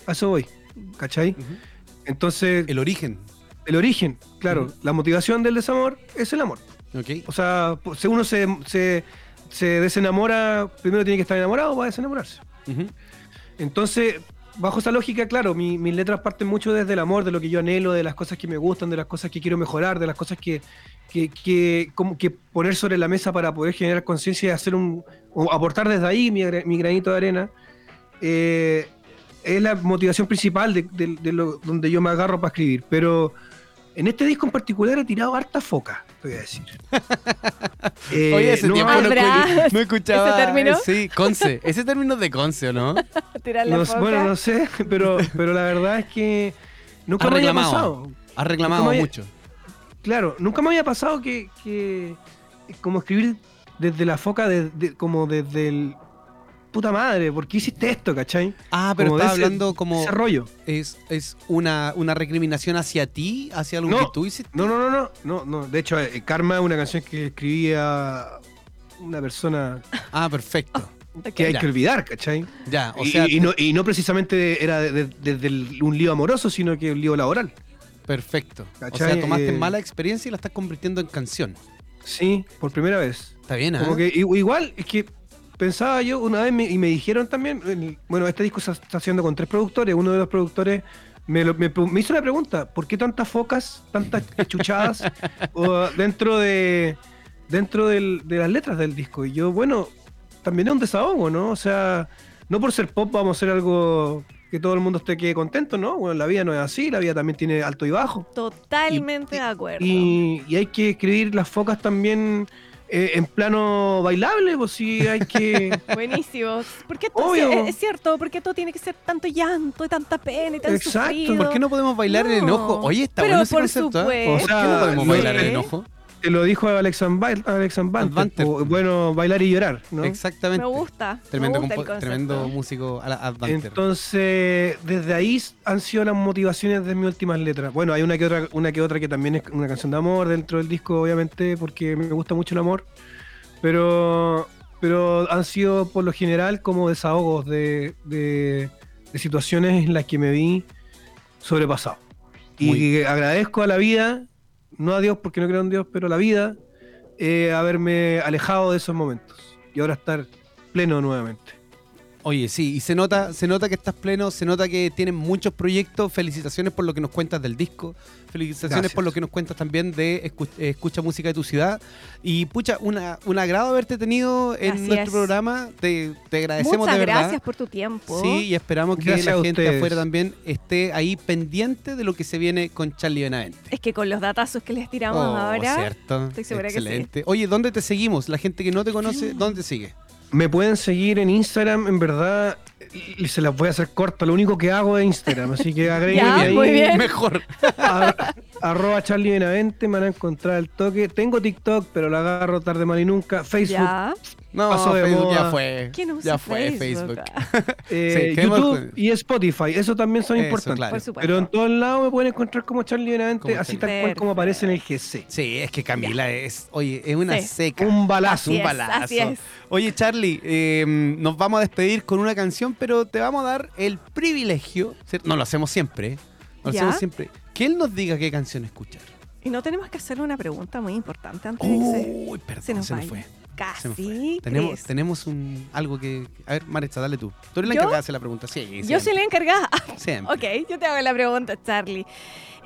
[SPEAKER 3] A eso voy, ¿cachai?
[SPEAKER 2] Ujú.
[SPEAKER 3] Entonces, el,
[SPEAKER 2] El origen,
[SPEAKER 3] origen, claro, la motivación del desamor es el amor.
[SPEAKER 2] ¿ok?
[SPEAKER 3] O sea, po- si uno se, se, se desenamora, primero tiene que estar enamorado para desenamorarse.
[SPEAKER 2] Ujú.
[SPEAKER 3] Entonces, bajo esa lógica, claro, mi- mis letras parten mucho desde el amor, de lo que yo anhelo, de las cosas que me gustan, de las cosas que quiero mejorar, de las cosas que, que, que- como que poner sobre la mesa para poder generar conciencia y hacer un, o aportar desde ahí mi, gra- mi granito de arena. Eh, es la motivación principal de, de- de lo- donde yo me agarro para escribir, pero En este disco en particular ha tirado harta foca, te voy a decir. Eh,
[SPEAKER 2] Oye, ese
[SPEAKER 3] no,
[SPEAKER 2] tiempo no,
[SPEAKER 1] ¿Habrá
[SPEAKER 2] escu- no escuchaba.
[SPEAKER 1] ese término?
[SPEAKER 2] Sí, conce. Ese término es de conce, ¿o no?
[SPEAKER 1] Tirar la
[SPEAKER 3] no-
[SPEAKER 1] foca.
[SPEAKER 3] bueno, no sé, pero, pero la verdad es que nunca
[SPEAKER 2] Ha
[SPEAKER 3] me había
[SPEAKER 2] reclamado.
[SPEAKER 3] pasado.
[SPEAKER 2] Ha reclamado
[SPEAKER 3] Nunca me-
[SPEAKER 2] mucho.
[SPEAKER 3] Claro, nunca me había pasado que, que como escribir desde la foca, de- de- como desde el... Puta madre, ¿por qué hiciste esto, cachai?
[SPEAKER 2] Ah, pero
[SPEAKER 3] Como de
[SPEAKER 2] estaba
[SPEAKER 3] ese-
[SPEAKER 2] hablando como.
[SPEAKER 3] Ese rollo.
[SPEAKER 2] Es, es una, una recriminación hacia ti, hacia algo
[SPEAKER 3] No.
[SPEAKER 2] que tú hiciste.
[SPEAKER 3] No, no, no, no, no, no. De hecho, eh, Karma es una canción que escribía una persona
[SPEAKER 2] Ah, perfecto.
[SPEAKER 1] Ok.
[SPEAKER 3] que hay
[SPEAKER 2] Ya.
[SPEAKER 3] que olvidar, ¿cachai?
[SPEAKER 2] Ya, o
[SPEAKER 3] Y-
[SPEAKER 2] sea,
[SPEAKER 3] y, no, y no precisamente era de- de- desde el- un lío amoroso, sino que un lío laboral.
[SPEAKER 2] perfecto. O
[SPEAKER 3] ¿Cachai?
[SPEAKER 2] sea, tomaste
[SPEAKER 3] Eh,
[SPEAKER 2] mala experiencia y la estás convirtiendo en canción.
[SPEAKER 3] Sí, por primera vez.
[SPEAKER 2] Está bien, ¿ah?
[SPEAKER 3] Como que i- igual, es que pensaba yo una vez me- y me dijeron también, el- bueno, este disco se está haciendo con tres productores, uno de los productores me, lo- me pre- me hizo la pregunta, ¿por qué tantas focas, tantas chuchadas o, dentro de dentro del- de las letras del disco? Y yo, bueno, también es un desahogo, ¿no? O sea, no por ser pop vamos a hacer algo que todo el mundo esté quede contento, ¿no? Bueno, la vida no es así, la vida también tiene alto y bajo.
[SPEAKER 1] Totalmente de acuerdo.
[SPEAKER 3] Y, y hay que escribir las focas también eh, en plano bailable, pues sí, hay que...
[SPEAKER 1] Buenísimo. ¿Por qué todo
[SPEAKER 3] Obvio.
[SPEAKER 1] es, es cierto? ¿Por qué todo tiene que ser tanto llanto y tanta pena y tan
[SPEAKER 3] Exacto.
[SPEAKER 1] sufrido?
[SPEAKER 2] ¿Por qué no podemos bailar en el
[SPEAKER 1] No.
[SPEAKER 2] enojo? Oye, está
[SPEAKER 1] Pero
[SPEAKER 2] bueno ese
[SPEAKER 1] por
[SPEAKER 2] concepto. ¿ah?
[SPEAKER 1] supuesto.
[SPEAKER 2] ¿Por qué no podemos
[SPEAKER 3] O sea,
[SPEAKER 2] bailar en
[SPEAKER 1] sí.
[SPEAKER 2] el enojo?
[SPEAKER 3] Te lo dijo Alex Van Ba- Alex Van Banter,
[SPEAKER 2] Banter.
[SPEAKER 3] o, bueno, bailar y llorar, ¿no?
[SPEAKER 2] Exactamente.
[SPEAKER 1] Me gusta.
[SPEAKER 2] Tremendo,
[SPEAKER 1] me gusta el
[SPEAKER 2] compo-
[SPEAKER 1] concepto.
[SPEAKER 2] tremendo músico a la Advanter.
[SPEAKER 3] Entonces, desde ahí han sido las motivaciones de mis últimas letras. Bueno, hay una que otra, una que otra que también es una canción de amor dentro del disco, obviamente, porque me gusta mucho el amor. Pero, pero han sido por lo general como desahogos de, de- de situaciones en las que me vi sobrepasado. Y
[SPEAKER 2] Muy-
[SPEAKER 3] que agradezco a la vida, no a Dios porque no creo en Dios, pero a la vida, eh, haberme alejado de esos momentos. Y ahora estar pleno nuevamente.
[SPEAKER 2] Oye, sí, y se nota, se nota que estás pleno, se nota que tienes muchos proyectos. Felicitaciones por lo que nos cuentas del disco. Felicitaciones
[SPEAKER 3] Gracias.
[SPEAKER 2] por lo que nos cuentas también de Escu- eh, Escucha Música de tu Ciudad. Y pucha, una, un agrado haberte tenido en
[SPEAKER 1] Así
[SPEAKER 2] nuestro
[SPEAKER 1] es.
[SPEAKER 2] programa. Te, te agradecemos
[SPEAKER 1] Muchas
[SPEAKER 2] de verdad.
[SPEAKER 1] gracias por tu tiempo.
[SPEAKER 2] Sí, y esperamos que
[SPEAKER 3] Gracias
[SPEAKER 2] la
[SPEAKER 3] a
[SPEAKER 2] gente
[SPEAKER 3] ustedes.
[SPEAKER 2] afuera también esté ahí pendiente de lo que se viene con Charlie Benavente.
[SPEAKER 1] Es que con los datazos que les tiramos
[SPEAKER 2] Oh,
[SPEAKER 1] ahora,
[SPEAKER 2] cierto.
[SPEAKER 1] estoy segura que sí.
[SPEAKER 2] Excelente. Oye, ¿dónde te seguimos? La gente que no te conoce, ¿dónde te sigue?
[SPEAKER 3] Me pueden seguir en Instagram, en verdad, y se las voy a hacer corta. Lo único que hago es Instagram, así que agreguen
[SPEAKER 1] Ya,
[SPEAKER 3] ahí.
[SPEAKER 1] Ah, muy bien.
[SPEAKER 2] Mejor.
[SPEAKER 3] ar- arroba Charlie Benavente, me van a encontrar el toque. Tengo TikTok, pero la agarro tarde, mal y nunca. Facebook,
[SPEAKER 1] ya.
[SPEAKER 2] No,
[SPEAKER 3] Pasó de
[SPEAKER 2] Facebook ya
[SPEAKER 3] moda.
[SPEAKER 2] fue.
[SPEAKER 1] ¿Quién usa Ah.
[SPEAKER 2] ya fue Facebook.
[SPEAKER 3] eh,
[SPEAKER 2] Sí, queremos-
[SPEAKER 3] YouTube y Spotify. Eso también son
[SPEAKER 2] Eso,
[SPEAKER 3] importantes.
[SPEAKER 2] claro.
[SPEAKER 1] Por supuesto.
[SPEAKER 3] Pero en todos lados me pueden encontrar como Charlie Benavente,
[SPEAKER 2] Como
[SPEAKER 3] así
[SPEAKER 2] Charlie.
[SPEAKER 3] tal cual como aparece en el GC.
[SPEAKER 2] Sí, es que Camila es, oye, es una
[SPEAKER 1] Sí.
[SPEAKER 2] seca.
[SPEAKER 3] Un balazo.
[SPEAKER 1] Así
[SPEAKER 2] un
[SPEAKER 1] es,
[SPEAKER 2] balazo.
[SPEAKER 1] así es.
[SPEAKER 2] Oye, Charlie, eh, nos vamos a despedir con una canción, pero te vamos a dar el privilegio, ¿cierto? no lo hacemos siempre, ¿eh? no lo
[SPEAKER 1] Ya.
[SPEAKER 2] hacemos siempre, que él nos diga qué canción escuchar.
[SPEAKER 1] Y no tenemos que hacerle una pregunta muy importante antes de que
[SPEAKER 2] Uy, perdón,
[SPEAKER 1] se, se nos
[SPEAKER 2] Oh, me
[SPEAKER 1] vaya.
[SPEAKER 2] fue.
[SPEAKER 1] Casi.
[SPEAKER 2] Se me fue.
[SPEAKER 1] ¿crees?
[SPEAKER 2] Tenemos, tenemos un, algo que... A ver, Maritza, dale tú. Tú eres la
[SPEAKER 1] ¿Yo?
[SPEAKER 2] encargada de hacer la pregunta. Sí,
[SPEAKER 1] Yo soy la encargada.
[SPEAKER 2] Siempre.
[SPEAKER 1] Ok, yo te hago la pregunta, Charlie.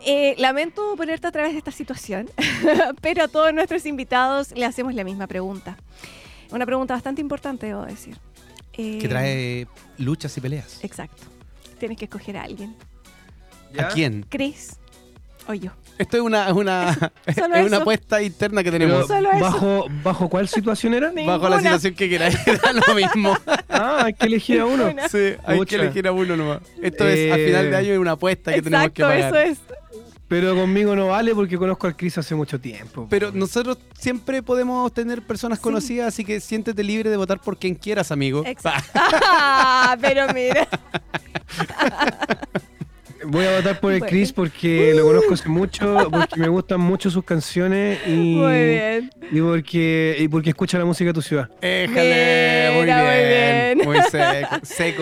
[SPEAKER 1] Eh, lamento ponerte a través de esta situación, pero a todos nuestros invitados le hacemos la misma pregunta. Una pregunta bastante importante, debo decir. Eh,
[SPEAKER 2] Que trae luchas y peleas.
[SPEAKER 1] Exacto. Tienes que escoger a alguien.
[SPEAKER 2] ¿A quién?
[SPEAKER 1] Chris o yo.
[SPEAKER 2] Esto es una, es una, es
[SPEAKER 1] solo
[SPEAKER 2] una
[SPEAKER 1] eso.
[SPEAKER 2] apuesta interna que
[SPEAKER 3] Pero,
[SPEAKER 2] tenemos.
[SPEAKER 1] Solo eso.
[SPEAKER 3] ¿bajo, ¿Bajo cuál situación era?
[SPEAKER 2] Bajo la
[SPEAKER 1] Ninguna.
[SPEAKER 2] situación que queráis, da lo mismo.
[SPEAKER 3] Ah, hay que elegir a uno.
[SPEAKER 1] Ninguna.
[SPEAKER 2] Sí, hay que
[SPEAKER 3] Pucha.
[SPEAKER 2] elegir a uno nomás. Esto es, a
[SPEAKER 3] Eh,
[SPEAKER 2] final de año, es una apuesta que tenemos que
[SPEAKER 1] Exacto,
[SPEAKER 2] pagar.
[SPEAKER 1] eso es.
[SPEAKER 3] Pero conmigo no vale porque conozco al Chris hace mucho tiempo.
[SPEAKER 2] Pero nosotros siempre podemos tener personas
[SPEAKER 1] Sí.
[SPEAKER 2] conocidas, así que siéntete libre de votar por quien quieras, amigo.
[SPEAKER 1] Exacto. Ah, pero mira.
[SPEAKER 3] Voy a votar por el
[SPEAKER 1] Bueno.
[SPEAKER 3] Chris porque lo conozco hace mucho, porque me gustan mucho sus canciones y,
[SPEAKER 1] Muy bien.
[SPEAKER 3] y porque y porque escucha la música de tu ciudad.
[SPEAKER 2] Éjale, muy
[SPEAKER 1] Mira, muy
[SPEAKER 2] bien.
[SPEAKER 1] bien.
[SPEAKER 2] Muy seco.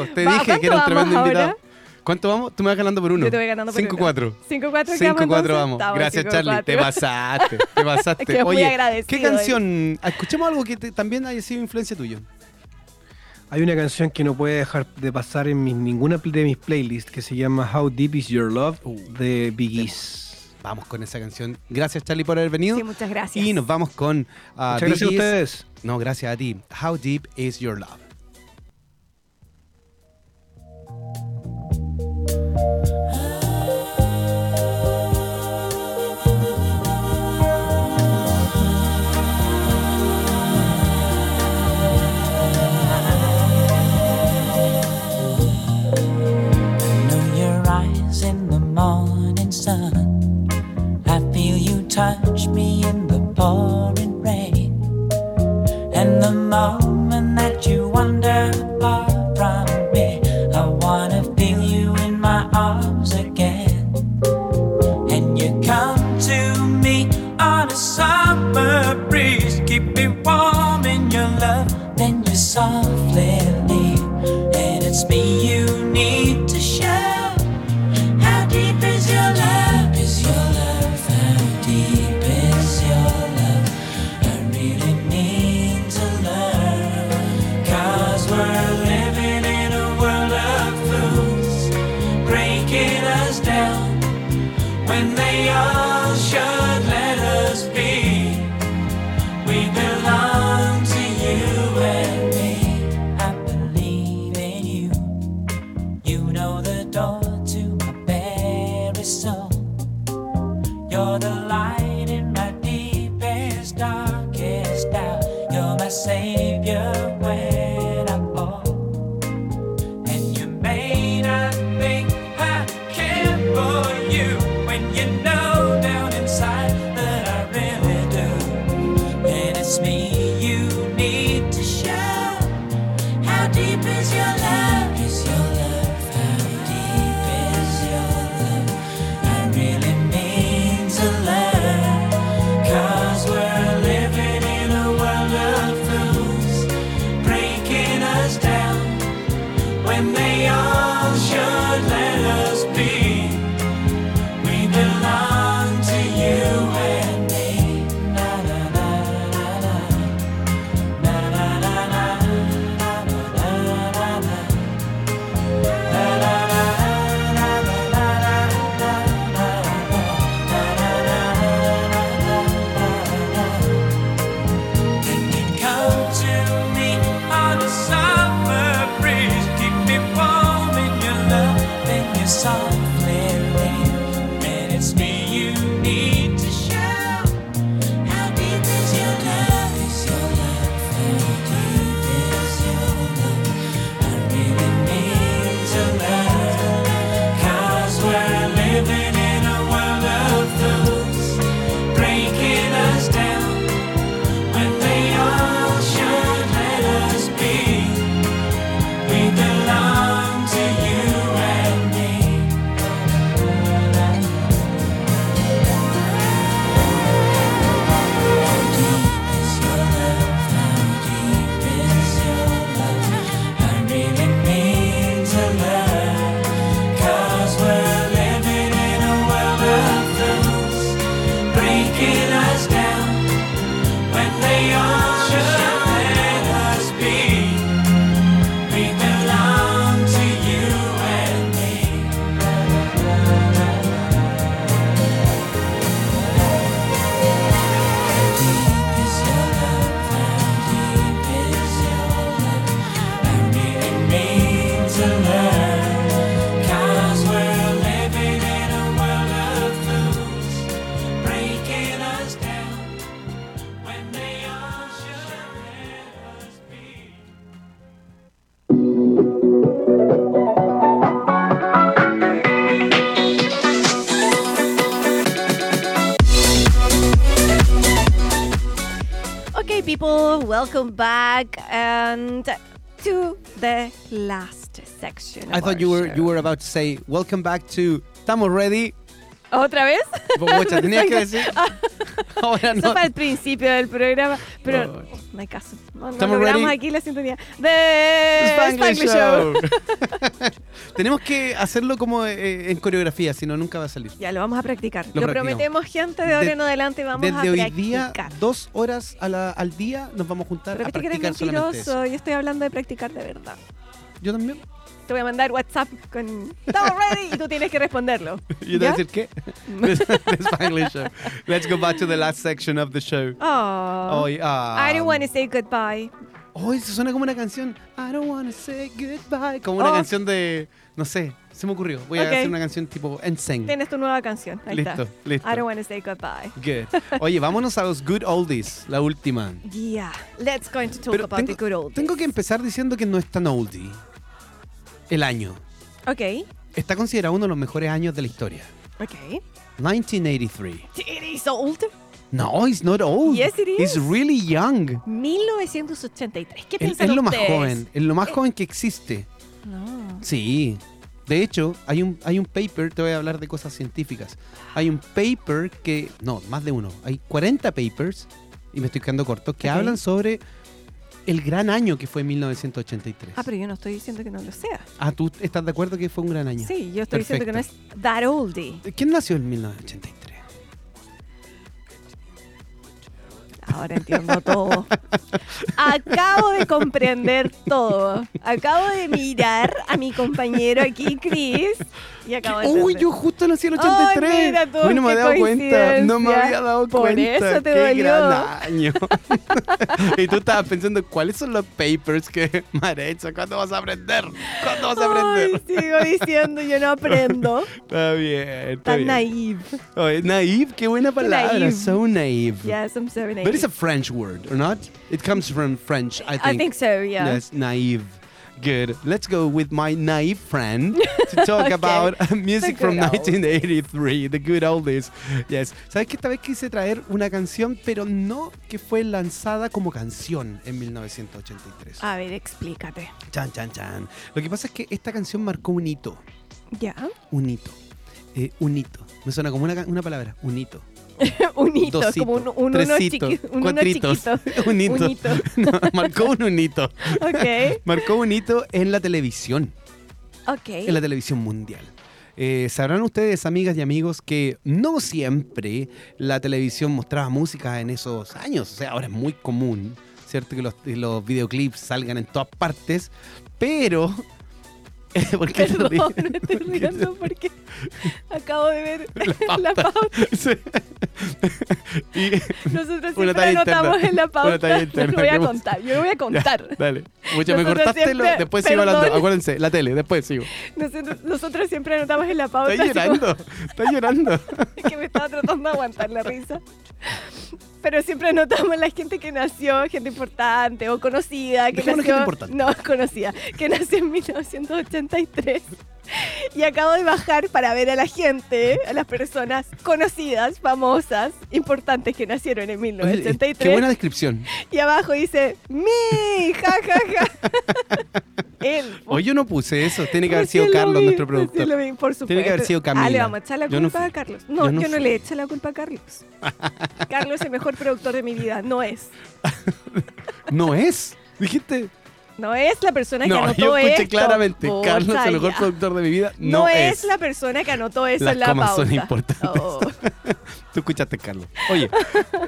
[SPEAKER 2] seco. Te
[SPEAKER 1] Va,
[SPEAKER 2] dije que era un
[SPEAKER 1] ¿cuánto
[SPEAKER 2] tremendo
[SPEAKER 1] vamos
[SPEAKER 2] invitado.
[SPEAKER 1] ahora?
[SPEAKER 2] ¿Cuánto vamos? Tú me vas ganando por uno.
[SPEAKER 1] Yo te voy ganando por uno.
[SPEAKER 2] 5-4.
[SPEAKER 1] 5-4
[SPEAKER 2] 5-4
[SPEAKER 1] entonces.
[SPEAKER 2] vamos.
[SPEAKER 1] Estamos
[SPEAKER 2] Gracias,
[SPEAKER 1] 5-4.
[SPEAKER 2] Charlie. Te pasaste. Te pasaste.
[SPEAKER 1] Es que es muy
[SPEAKER 2] Oye, ¿qué
[SPEAKER 1] agradecido, eh.
[SPEAKER 2] canción? Escuchemos algo que te- también haya sido influencia tuya.
[SPEAKER 3] Hay una canción que no puede dejar de pasar en mis- ninguna pl- de mis playlists que se llama How Deep Is Your Love
[SPEAKER 2] Uh,
[SPEAKER 3] de Big East.
[SPEAKER 2] Vamos con esa canción. Gracias, Charlie, por haber venido.
[SPEAKER 1] Sí, muchas gracias.
[SPEAKER 2] y nos vamos con ah,
[SPEAKER 3] Muchas gracias a
[SPEAKER 2] Bee Gees.
[SPEAKER 3] ustedes.
[SPEAKER 2] No, gracias a ti. How deep is your love?
[SPEAKER 5] blazing sun. I feel you touch me in the pouring rain. And the moment that you wander far from me, I wanna feel you in my arms again. And you come to me on a summer breeze, keep me warm in your love. Then you softly leave, and it's me you need to share. How deep is your love? Is your love? How deep is your love? I really need to learn. Cause we're living in a world of fools, breaking us down when they all should let us be. We belong to you and me. I believe in you. You know the door to my very soul. You're the light in my deepest, darkest doubt. You're my savior when I fall. And you may not think I care for you when you know down inside that I really do. And it's me you need to show. How deep is your love? Is your love? How deep is your love? I really mean to learn. Cause we're living in a world of fools, breaking us down when they all should let us be. We belong to you and me. Na na na na na. Come to me on a summer breeze. Keep me warm in your love, then you softly leave. And it's me you need to show. How deep is your love? Is your love? How deep is your love? I really need to learn. Cause we're living in a world of fools, breaking us down. When they all should let us be, we belong to you and me. How deep is your love? How deep is your love? I really mean to learn. 'Cause we're living in a world of fools, breaking us down. When they all should let us be, we belong to you and me. How deep is your love? How deep is your love? I really need to learn. 'Cause we're living in a world of fools, breaking us down. When they all should let us be.
[SPEAKER 1] Okay, people, welcome back and to the last section. of
[SPEAKER 2] I
[SPEAKER 1] our
[SPEAKER 2] thought you were
[SPEAKER 1] show.
[SPEAKER 2] you were about to say welcome back to Estamos ready.
[SPEAKER 1] ¿Otra vez?
[SPEAKER 2] Pero, guacha, tenías que decir. Ahora
[SPEAKER 1] Eso
[SPEAKER 2] no.
[SPEAKER 1] para el principio del programa, pero
[SPEAKER 2] Oh.
[SPEAKER 1] no hay caso. No, no
[SPEAKER 2] Estamos
[SPEAKER 1] logramos
[SPEAKER 2] ready.
[SPEAKER 1] aquí la sintonía de
[SPEAKER 2] Spanglish
[SPEAKER 1] Spanglish Show.
[SPEAKER 2] Show. Tenemos que hacerlo como eh, en coreografía, si no nunca va a salir.
[SPEAKER 1] Ya lo vamos a practicar. Lo,
[SPEAKER 2] Lo practicamos.
[SPEAKER 1] prometemos, gente, de ahora
[SPEAKER 2] De-
[SPEAKER 1] en adelante vamos a
[SPEAKER 2] Desde hoy
[SPEAKER 1] practicar.
[SPEAKER 2] día, dos horas a la- al día nos vamos a juntar
[SPEAKER 1] Pero
[SPEAKER 2] a
[SPEAKER 1] viste que eres
[SPEAKER 2] practicar solamente eso.
[SPEAKER 1] mentiroso. Yo estoy hablando de practicar de verdad.
[SPEAKER 2] Yo también.
[SPEAKER 1] Te voy a mandar WhatsApp con Estamos ready y tú tienes que responderlo.
[SPEAKER 2] You
[SPEAKER 1] ¿Ya?
[SPEAKER 2] don't decir qué? This, this Spanglish show. Let's go back to the last section of the show.
[SPEAKER 1] Oh,
[SPEAKER 2] Oh, yeah.
[SPEAKER 1] I don't want to say goodbye.
[SPEAKER 2] Oh, eso suena como una canción. I don't wanna say goodbye. Como una
[SPEAKER 1] Oh.
[SPEAKER 2] canción de. No sé, se me ocurrió. Voy
[SPEAKER 1] Ok.
[SPEAKER 2] a hacer una canción tipo NSYNC.
[SPEAKER 1] Tienes tu nueva canción. Ahí
[SPEAKER 2] Listo,
[SPEAKER 1] está.
[SPEAKER 2] listo.
[SPEAKER 1] I don't want to say goodbye.
[SPEAKER 2] Good. Oye, vámonos a los good oldies, la última.
[SPEAKER 1] Yeah, let's going to talk
[SPEAKER 2] Pero
[SPEAKER 1] about the
[SPEAKER 2] tengo,
[SPEAKER 1] good old.
[SPEAKER 2] tengo que empezar diciendo que no es tan oldie. El año.
[SPEAKER 1] Ok,
[SPEAKER 2] Está considerado uno de los mejores años de la historia.
[SPEAKER 1] Okay.
[SPEAKER 2] 1983.
[SPEAKER 1] It is old.
[SPEAKER 2] No, he's not old.
[SPEAKER 1] Yes, it
[SPEAKER 2] He's
[SPEAKER 1] is.
[SPEAKER 2] really young.
[SPEAKER 1] 1983. ¿Qué
[SPEAKER 2] Es,
[SPEAKER 1] piensan
[SPEAKER 2] es lo más
[SPEAKER 1] ustedes?
[SPEAKER 2] joven, es lo más
[SPEAKER 1] Eh.
[SPEAKER 2] joven que existe.
[SPEAKER 1] No.
[SPEAKER 2] Sí. De hecho, hay un, hay un paper, te voy a hablar de cosas científicas. Hay un paper que, no, más de uno, hay 40 papers, y me estoy quedando corto, que
[SPEAKER 1] Ok.
[SPEAKER 2] hablan sobre el gran año que fue 1983.
[SPEAKER 1] Ah, pero yo no estoy diciendo que no lo sea.
[SPEAKER 2] Ah, ¿tú estás de acuerdo que fue un gran año?
[SPEAKER 1] Sí, yo estoy diciendo que no es that oldie.
[SPEAKER 2] ¿Quién nació en 1983?
[SPEAKER 1] Ahora entiendo todo. Acabo de comprender todo. Acabo de mirar a mi compañero aquí, Chris, y acabo de
[SPEAKER 2] Uy,
[SPEAKER 1] entender.
[SPEAKER 2] yo justo nací en el
[SPEAKER 1] Ay,
[SPEAKER 2] 83.
[SPEAKER 1] mira tú,
[SPEAKER 2] Uy, no me
[SPEAKER 1] qué
[SPEAKER 2] había dado cuenta. No me
[SPEAKER 1] coincidencia.
[SPEAKER 2] había dado
[SPEAKER 1] Por
[SPEAKER 2] cuenta.
[SPEAKER 1] eso te
[SPEAKER 2] Qué
[SPEAKER 1] dolió.
[SPEAKER 2] gran año. y tú estabas pensando, ¿cuáles son los papers que Marecha? ¿Cuándo vas a aprender? ¿Cuándo vas a aprender?
[SPEAKER 1] Ay, sigo diciendo, yo no aprendo.
[SPEAKER 2] Está bien, está
[SPEAKER 1] Tan
[SPEAKER 2] bien.
[SPEAKER 1] naive.
[SPEAKER 2] Oye, naive, qué buena palabra.
[SPEAKER 1] naive.
[SPEAKER 2] So naive.
[SPEAKER 1] Yes, I'm so naive.
[SPEAKER 2] But it's a French word, or not? It comes from French, I think.
[SPEAKER 1] I think so, yeah.
[SPEAKER 2] Yes, naive. Good. Let's go with my naive friend to talk
[SPEAKER 1] Okay.
[SPEAKER 2] about music
[SPEAKER 1] The
[SPEAKER 2] from
[SPEAKER 1] good old.
[SPEAKER 2] 1983, the good oldies. Yes. ¿Sabes que esta vez quise traer una canción, pero no que fue lanzada como canción en 1983?
[SPEAKER 1] A ver, explícate.
[SPEAKER 2] Chan, chan, chan. Lo que pasa es que esta canción marcó un hito.
[SPEAKER 1] Ya.
[SPEAKER 2] Un hito. Eh, un hito. Me suena como una, ca- una palabra. Un hito.
[SPEAKER 1] Un hito,
[SPEAKER 2] Dos
[SPEAKER 1] como un,
[SPEAKER 2] hitos,
[SPEAKER 1] un uno
[SPEAKER 2] tres
[SPEAKER 1] chiqui-
[SPEAKER 2] hitos,
[SPEAKER 1] un uno
[SPEAKER 2] cuatritos,
[SPEAKER 1] chiquito.
[SPEAKER 2] un hito.
[SPEAKER 1] Un hito.
[SPEAKER 2] No, marcó un, un hito.
[SPEAKER 1] Ok.
[SPEAKER 2] Marcó un hito en la televisión. en la
[SPEAKER 1] Ok.
[SPEAKER 2] televisión mundial. Eh, Sabrán ustedes, amigas y amigos, que no siempre la televisión mostraba música en esos años. O sea, ahora es muy común, ¿cierto? Que los, que los videoclips salgan en todas partes, pero... ¿Por qué te ríes?
[SPEAKER 1] Perdón, me estoy riendo porque acabo de ver la pauta.
[SPEAKER 2] Sí. Y-
[SPEAKER 1] Nosotros siempre
[SPEAKER 2] Una talla
[SPEAKER 1] anotamos
[SPEAKER 2] interna.
[SPEAKER 1] en la
[SPEAKER 2] Una talla
[SPEAKER 1] pauta. Yo
[SPEAKER 2] interna,
[SPEAKER 1] no voy
[SPEAKER 2] ¿qué
[SPEAKER 1] a
[SPEAKER 2] más?
[SPEAKER 1] contar, yo no voy a contar.
[SPEAKER 2] Dale. Mucho, me
[SPEAKER 1] Nosotros
[SPEAKER 2] cortaste, lo-
[SPEAKER 1] siempre-
[SPEAKER 2] después sigo hablando.
[SPEAKER 1] perdón.
[SPEAKER 2] Acuérdense, la tele, después sigo.
[SPEAKER 1] Nosotros, nosotros siempre anotamos en la pauta.
[SPEAKER 2] Está
[SPEAKER 1] así como-
[SPEAKER 2] llorando, está llorando.
[SPEAKER 1] que me estaba tratando de aguantar la risa. Pero siempre notamos la gente que nació, gente importante o conocida. Que
[SPEAKER 2] Dejémonos
[SPEAKER 1] nació,
[SPEAKER 2] gente importante.
[SPEAKER 1] No, conocida. Que nació en 1983. Y acabo de bajar para ver a la gente, a las personas conocidas, famosas, importantes que nacieron en
[SPEAKER 2] Oye, eh, qué
[SPEAKER 1] 1983.
[SPEAKER 2] buena descripción.
[SPEAKER 1] Y abajo dice, ¡Mi! ¡Ja, ja, ja! Él.
[SPEAKER 2] Hoy yo no puse eso, tiene que haber
[SPEAKER 1] Recién
[SPEAKER 2] sido
[SPEAKER 1] lo
[SPEAKER 2] Carlos,
[SPEAKER 1] vi,
[SPEAKER 2] nuestro
[SPEAKER 1] recién
[SPEAKER 2] productor.
[SPEAKER 1] lo vi, por supuesto.
[SPEAKER 2] Tiene que haber sido Camila.
[SPEAKER 1] Ah, le vamos a echar la
[SPEAKER 2] Yo
[SPEAKER 1] culpa
[SPEAKER 2] no fui.
[SPEAKER 1] a Carlos. No,
[SPEAKER 2] Yo
[SPEAKER 1] yo
[SPEAKER 2] no
[SPEAKER 1] no,
[SPEAKER 2] fui.
[SPEAKER 1] le echo la culpa a Carlos. Carlos es el mejor productor de mi vida. No es.
[SPEAKER 2] No es. Dijiste.
[SPEAKER 1] No es la persona que
[SPEAKER 2] No,
[SPEAKER 1] anotó
[SPEAKER 2] yo escuché
[SPEAKER 1] esto.
[SPEAKER 2] claramente.
[SPEAKER 1] Por
[SPEAKER 2] Carlos, el mejor
[SPEAKER 1] allá.
[SPEAKER 2] productor de mi vida.
[SPEAKER 1] No,
[SPEAKER 2] No,
[SPEAKER 1] es. la persona que anotó eso
[SPEAKER 2] Las
[SPEAKER 1] en la
[SPEAKER 2] comas
[SPEAKER 1] pauta.
[SPEAKER 2] son importantes.
[SPEAKER 1] Oh,
[SPEAKER 2] Tú escuchaste, Carlos. Oye,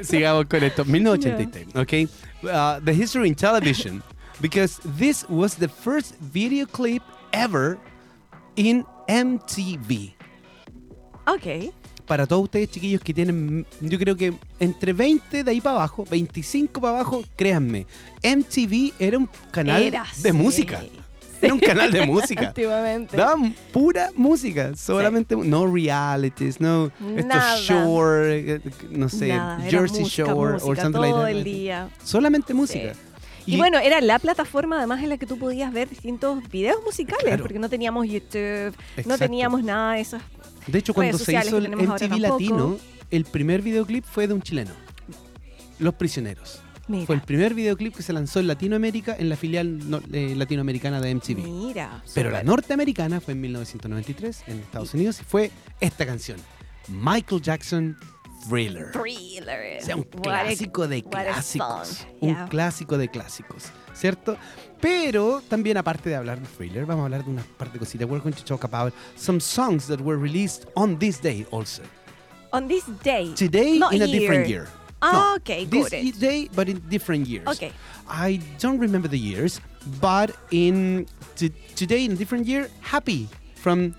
[SPEAKER 2] sigamos con esto. 1983, okay? Uh, the History in Television. Because this was the first video clip ever in MTV.
[SPEAKER 1] ok.
[SPEAKER 2] Para todos ustedes, chiquillos, que tienen, mm, yo creo que entre 20 de ahí para abajo, 25 para abajo, créanme, MTV era un canal
[SPEAKER 1] Era,
[SPEAKER 2] de
[SPEAKER 1] sí.
[SPEAKER 2] música. Era un canal de música.
[SPEAKER 1] Antiguamente.
[SPEAKER 2] Daban pura música, solamente no realities, no
[SPEAKER 1] Nada.
[SPEAKER 2] estos shore, eh, no sé,
[SPEAKER 1] Nada, era
[SPEAKER 2] Jersey
[SPEAKER 1] música,
[SPEAKER 2] Shore
[SPEAKER 1] música,
[SPEAKER 2] or something like
[SPEAKER 1] todo
[SPEAKER 2] that.
[SPEAKER 1] el día.
[SPEAKER 2] Solamente música.
[SPEAKER 1] Y, bueno, era la plataforma además en la que tú podías ver distintos videos musicales,
[SPEAKER 2] Claro.
[SPEAKER 1] porque no teníamos YouTube, no
[SPEAKER 2] Exacto.
[SPEAKER 1] teníamos nada de esas
[SPEAKER 2] de hecho cuando
[SPEAKER 1] redes
[SPEAKER 2] se
[SPEAKER 1] sociales
[SPEAKER 2] hizo
[SPEAKER 1] que
[SPEAKER 2] el
[SPEAKER 1] tenemos ahora
[SPEAKER 2] MTV
[SPEAKER 1] tampoco.
[SPEAKER 2] Latino, el primer videoclip fue de un chileno. Los prisioneros.
[SPEAKER 1] Mira,
[SPEAKER 2] Fue el primer videoclip que se lanzó en Latinoamérica en la filial no- eh, latinoamericana de MTV.
[SPEAKER 1] mira.
[SPEAKER 2] Pero
[SPEAKER 1] súper.
[SPEAKER 2] la norteamericana fue en 1993 en Estados Unidos y fue esta canción, Michael Jackson Thriller.
[SPEAKER 1] Thriller.
[SPEAKER 2] O sea, un
[SPEAKER 1] What a-
[SPEAKER 2] clásico de
[SPEAKER 1] what a
[SPEAKER 2] clásicos.
[SPEAKER 1] song.
[SPEAKER 2] Un
[SPEAKER 1] Yeah.
[SPEAKER 2] clásico de clásicos, ¿cierto? Pero también aparte de hablar de thriller, vamos a hablar de unas par de cositas. We're going to talk about some songs that were released on this day also.
[SPEAKER 1] On this day.
[SPEAKER 2] Today
[SPEAKER 1] Not
[SPEAKER 2] in a
[SPEAKER 1] year.
[SPEAKER 2] different year.
[SPEAKER 1] Ah, okay,
[SPEAKER 2] This
[SPEAKER 1] got it.
[SPEAKER 2] day but in different years.
[SPEAKER 1] Okay.
[SPEAKER 2] I don't remember the years, but in to- today in a different year, Happy from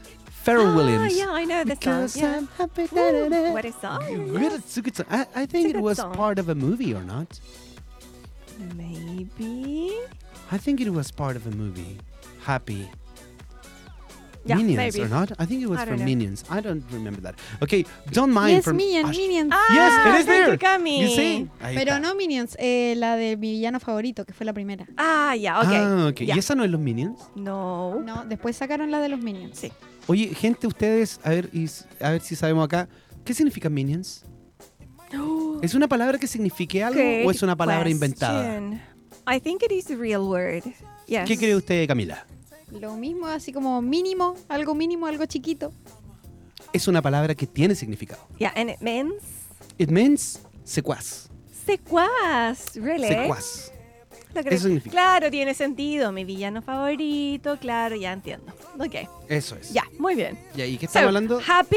[SPEAKER 2] Pharrell
[SPEAKER 1] ah,
[SPEAKER 2] Williams.
[SPEAKER 1] Yeah, I know the song.
[SPEAKER 2] Because
[SPEAKER 1] Yeah.
[SPEAKER 2] I'm happy.
[SPEAKER 1] Ooh,
[SPEAKER 2] da, da, da.
[SPEAKER 1] what a song,
[SPEAKER 2] Good,
[SPEAKER 1] yes.
[SPEAKER 2] it's a good song. I, I
[SPEAKER 1] It's
[SPEAKER 2] think
[SPEAKER 1] a
[SPEAKER 2] it
[SPEAKER 1] good
[SPEAKER 2] was
[SPEAKER 1] song.
[SPEAKER 2] part of a movie or not.
[SPEAKER 1] Maybe.
[SPEAKER 2] I think it was part of a movie. Happy.
[SPEAKER 1] Yeah,
[SPEAKER 2] Minions
[SPEAKER 1] maybe.
[SPEAKER 2] or not? I think it was
[SPEAKER 1] I
[SPEAKER 2] from
[SPEAKER 1] don't know.
[SPEAKER 2] Minions. I don't remember that. Okay, don't mind
[SPEAKER 6] Yes,
[SPEAKER 2] from
[SPEAKER 6] Minions,
[SPEAKER 2] Ash-
[SPEAKER 6] Minions.
[SPEAKER 1] Ah,
[SPEAKER 2] Yes, it
[SPEAKER 1] thank
[SPEAKER 2] is there.
[SPEAKER 1] you, Cami.
[SPEAKER 2] You see? Ahí
[SPEAKER 6] Pero
[SPEAKER 2] está.
[SPEAKER 6] no Minions, eh, la de mi villano favorito, que fue la primera.
[SPEAKER 1] Ah, yeah, okay.
[SPEAKER 2] Ah, okay.
[SPEAKER 1] Yeah.
[SPEAKER 2] ¿Y esa no es los Minions?
[SPEAKER 1] No.
[SPEAKER 6] No, después sacaron la de los Minions.
[SPEAKER 1] Sí.
[SPEAKER 2] Oye, gente, ustedes, a ver, y, s- a ver si sabemos acá, ¿qué significa minions? ¿Es una palabra que signifique algo o es una palabra inventada?
[SPEAKER 1] I think it is a real word. Yes.
[SPEAKER 2] ¿Qué cree usted, Camila?
[SPEAKER 6] Lo mismo, así como mínimo, algo mínimo, algo chiquito.
[SPEAKER 2] Es una palabra que tiene significado.
[SPEAKER 1] Yeah, and it means
[SPEAKER 2] It means secuaz.
[SPEAKER 1] secuaz, really.
[SPEAKER 2] Secuaz.
[SPEAKER 1] Lo creo.
[SPEAKER 2] Eso significa.
[SPEAKER 1] Claro, tiene sentido. Mi villano favorito, claro, ya entiendo. Ok,
[SPEAKER 2] Eso es.
[SPEAKER 1] ya, muy bien.
[SPEAKER 2] ¿Y ahí qué
[SPEAKER 1] So,
[SPEAKER 2] estamos hablando?
[SPEAKER 1] Happy,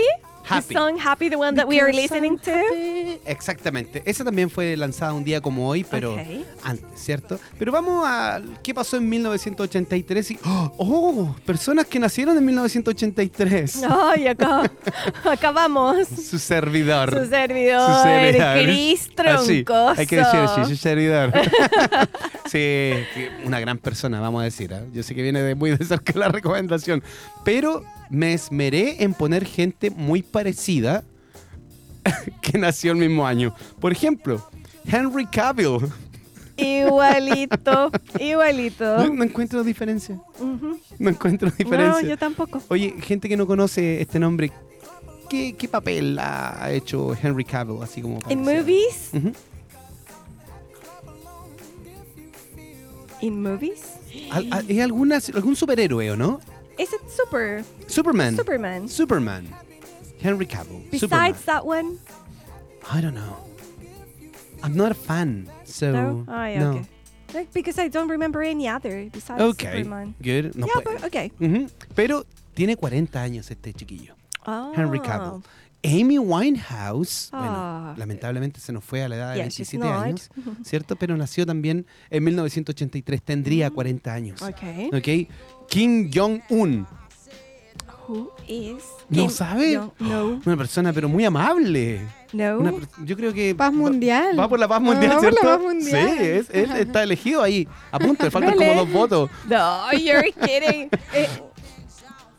[SPEAKER 2] Happy.
[SPEAKER 1] the song Happy, the one that we are listening to.
[SPEAKER 2] Exactamente. Esa también fue lanzada un día como hoy, pero
[SPEAKER 1] Ok.
[SPEAKER 2] antes, ¿cierto? Pero vamos a qué pasó en 1983 y ¡oh! ¡Oh! personas que nacieron en 1983.
[SPEAKER 1] Ay, acá, acá vamos.
[SPEAKER 2] Su servidor.
[SPEAKER 1] Su
[SPEAKER 2] Su
[SPEAKER 1] servidor,
[SPEAKER 2] servidor.
[SPEAKER 1] Cris
[SPEAKER 2] Así,
[SPEAKER 1] Troncoso.
[SPEAKER 2] Ah, hay que decir así, su servidor. sí, que una gran persona, vamos a decir. ¿ah? Yo sé que viene de muy de cerca la recomendación. Pero me esmeré en poner gente muy parecida que nació el mismo año. Por ejemplo, Henry Cavill.
[SPEAKER 1] Igualito, igualito.
[SPEAKER 2] No, no encuentro diferencia.
[SPEAKER 1] Ujú.
[SPEAKER 2] No encuentro
[SPEAKER 1] Oh. No,
[SPEAKER 2] diferencia.
[SPEAKER 1] yo tampoco.
[SPEAKER 2] Oye, gente que no conoce este nombre, ¿qué, qué papel ha hecho Henry Cavill? Así como para
[SPEAKER 1] In
[SPEAKER 2] que sea-
[SPEAKER 1] movies,
[SPEAKER 2] Ujú.
[SPEAKER 1] in movies,
[SPEAKER 2] Al- al- ¿Es alguna, algún superhéroe o no?
[SPEAKER 1] is it super
[SPEAKER 2] Superman.
[SPEAKER 1] Superman?
[SPEAKER 2] Superman. Henry Cavill. Superman.
[SPEAKER 1] Besides that one,
[SPEAKER 2] I don't know. I'm not a fan, so
[SPEAKER 1] no. Oh, yeah,
[SPEAKER 2] no.
[SPEAKER 1] okay. Like, Because I don't remember any other besides
[SPEAKER 2] Okay,
[SPEAKER 1] Superman.
[SPEAKER 2] good. No
[SPEAKER 1] yeah,
[SPEAKER 2] puedo.
[SPEAKER 1] but okay.
[SPEAKER 2] Ujú. Pero tiene 40 años este chiquillo,
[SPEAKER 1] Oh.
[SPEAKER 2] Henry Cavill. Amy Winehouse,
[SPEAKER 1] Ah.
[SPEAKER 2] bueno, lamentablemente se nos fue a la edad de
[SPEAKER 1] Yeah, she's
[SPEAKER 2] 27
[SPEAKER 1] not.
[SPEAKER 2] años, ¿cierto? Pero nació también en 1983,
[SPEAKER 1] Mm.
[SPEAKER 2] tendría 40 años.
[SPEAKER 1] Oh, Okay.
[SPEAKER 2] ¿Ok? Kim Jong-un,
[SPEAKER 1] Who is?
[SPEAKER 2] ¿No
[SPEAKER 1] Kim
[SPEAKER 2] sabe?
[SPEAKER 1] Jong- No,
[SPEAKER 2] una persona pero muy amable.
[SPEAKER 1] no.
[SPEAKER 2] Una per- yo creo que...
[SPEAKER 6] Paz
[SPEAKER 2] va-
[SPEAKER 6] mundial.
[SPEAKER 2] Va, por la paz
[SPEAKER 6] Ah,
[SPEAKER 2] mundial,
[SPEAKER 6] va por la
[SPEAKER 2] ¿cierto?
[SPEAKER 6] paz mundial.
[SPEAKER 2] Sí, es- él está elegido ahí. A punto, le faltan como
[SPEAKER 6] Vale.
[SPEAKER 2] dos votos.
[SPEAKER 1] No, you're kidding. Eh,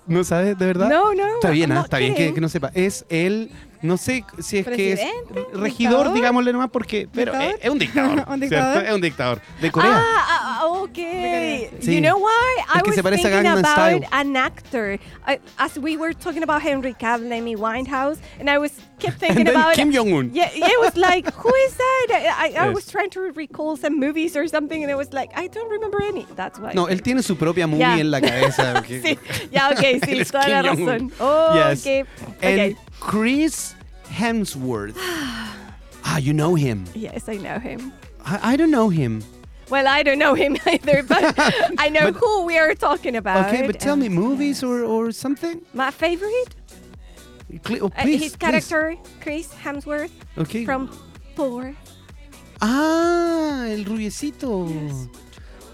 [SPEAKER 2] ¿No sabes, de verdad?
[SPEAKER 1] no, no.
[SPEAKER 2] Está bien,
[SPEAKER 1] I'm
[SPEAKER 2] ¿ah?
[SPEAKER 1] not
[SPEAKER 2] está bien que,
[SPEAKER 1] kidding.
[SPEAKER 2] que no sepa. Es el, no sé si es que es
[SPEAKER 6] Presidente,
[SPEAKER 2] regidor,
[SPEAKER 6] dictador.
[SPEAKER 2] digámosle nomás, porque. Pero eh,
[SPEAKER 6] ¿Dictador?
[SPEAKER 2] es, es un dictador.
[SPEAKER 6] Un
[SPEAKER 2] ¿cierto?
[SPEAKER 6] dictador.
[SPEAKER 2] Es un dictador. De Corea.
[SPEAKER 1] Ah, ah, ah, okay.
[SPEAKER 2] Sí.
[SPEAKER 1] You know why? I
[SPEAKER 2] Es que
[SPEAKER 1] was
[SPEAKER 2] se parece a
[SPEAKER 1] thinking
[SPEAKER 2] Gangnam
[SPEAKER 1] about
[SPEAKER 2] Style.
[SPEAKER 1] an actor. I, as we were talking about Henry Cavill, Amy Winehouse, and I was kept thinking
[SPEAKER 2] And then
[SPEAKER 1] about
[SPEAKER 2] Kim Jong-un.
[SPEAKER 1] Yeah, yeah, it was like, who is that? I, I, I
[SPEAKER 2] Yes.
[SPEAKER 1] was trying to recall some movies or something, and it was like, I don't remember any. That's why.
[SPEAKER 2] No, él tiene su propia movie
[SPEAKER 1] Ya.
[SPEAKER 2] en la cabeza. porque-
[SPEAKER 1] sí, ya, okay, sí,
[SPEAKER 2] Eres
[SPEAKER 1] toda la
[SPEAKER 2] Kim
[SPEAKER 1] razón.
[SPEAKER 2] Jong-un.
[SPEAKER 1] Oh,
[SPEAKER 2] Yes.
[SPEAKER 1] okay,
[SPEAKER 2] And
[SPEAKER 1] okay.
[SPEAKER 2] Chris Hemsworth. ah, you know him.
[SPEAKER 1] Yes, I know him.
[SPEAKER 2] I, I don't know him.
[SPEAKER 1] Well, I don't know him either, but I know
[SPEAKER 2] But-
[SPEAKER 1] who we are talking about.
[SPEAKER 2] Okay, but tell
[SPEAKER 1] and
[SPEAKER 2] me movies or, or something.
[SPEAKER 1] My favorite?
[SPEAKER 2] Cl- oh,
[SPEAKER 1] Uh,
[SPEAKER 2] please,
[SPEAKER 1] his
[SPEAKER 2] please.
[SPEAKER 1] character, Chris Hemsworth
[SPEAKER 2] Okay.
[SPEAKER 1] from Thor.
[SPEAKER 2] Ah, el rubiecito.
[SPEAKER 1] Yes.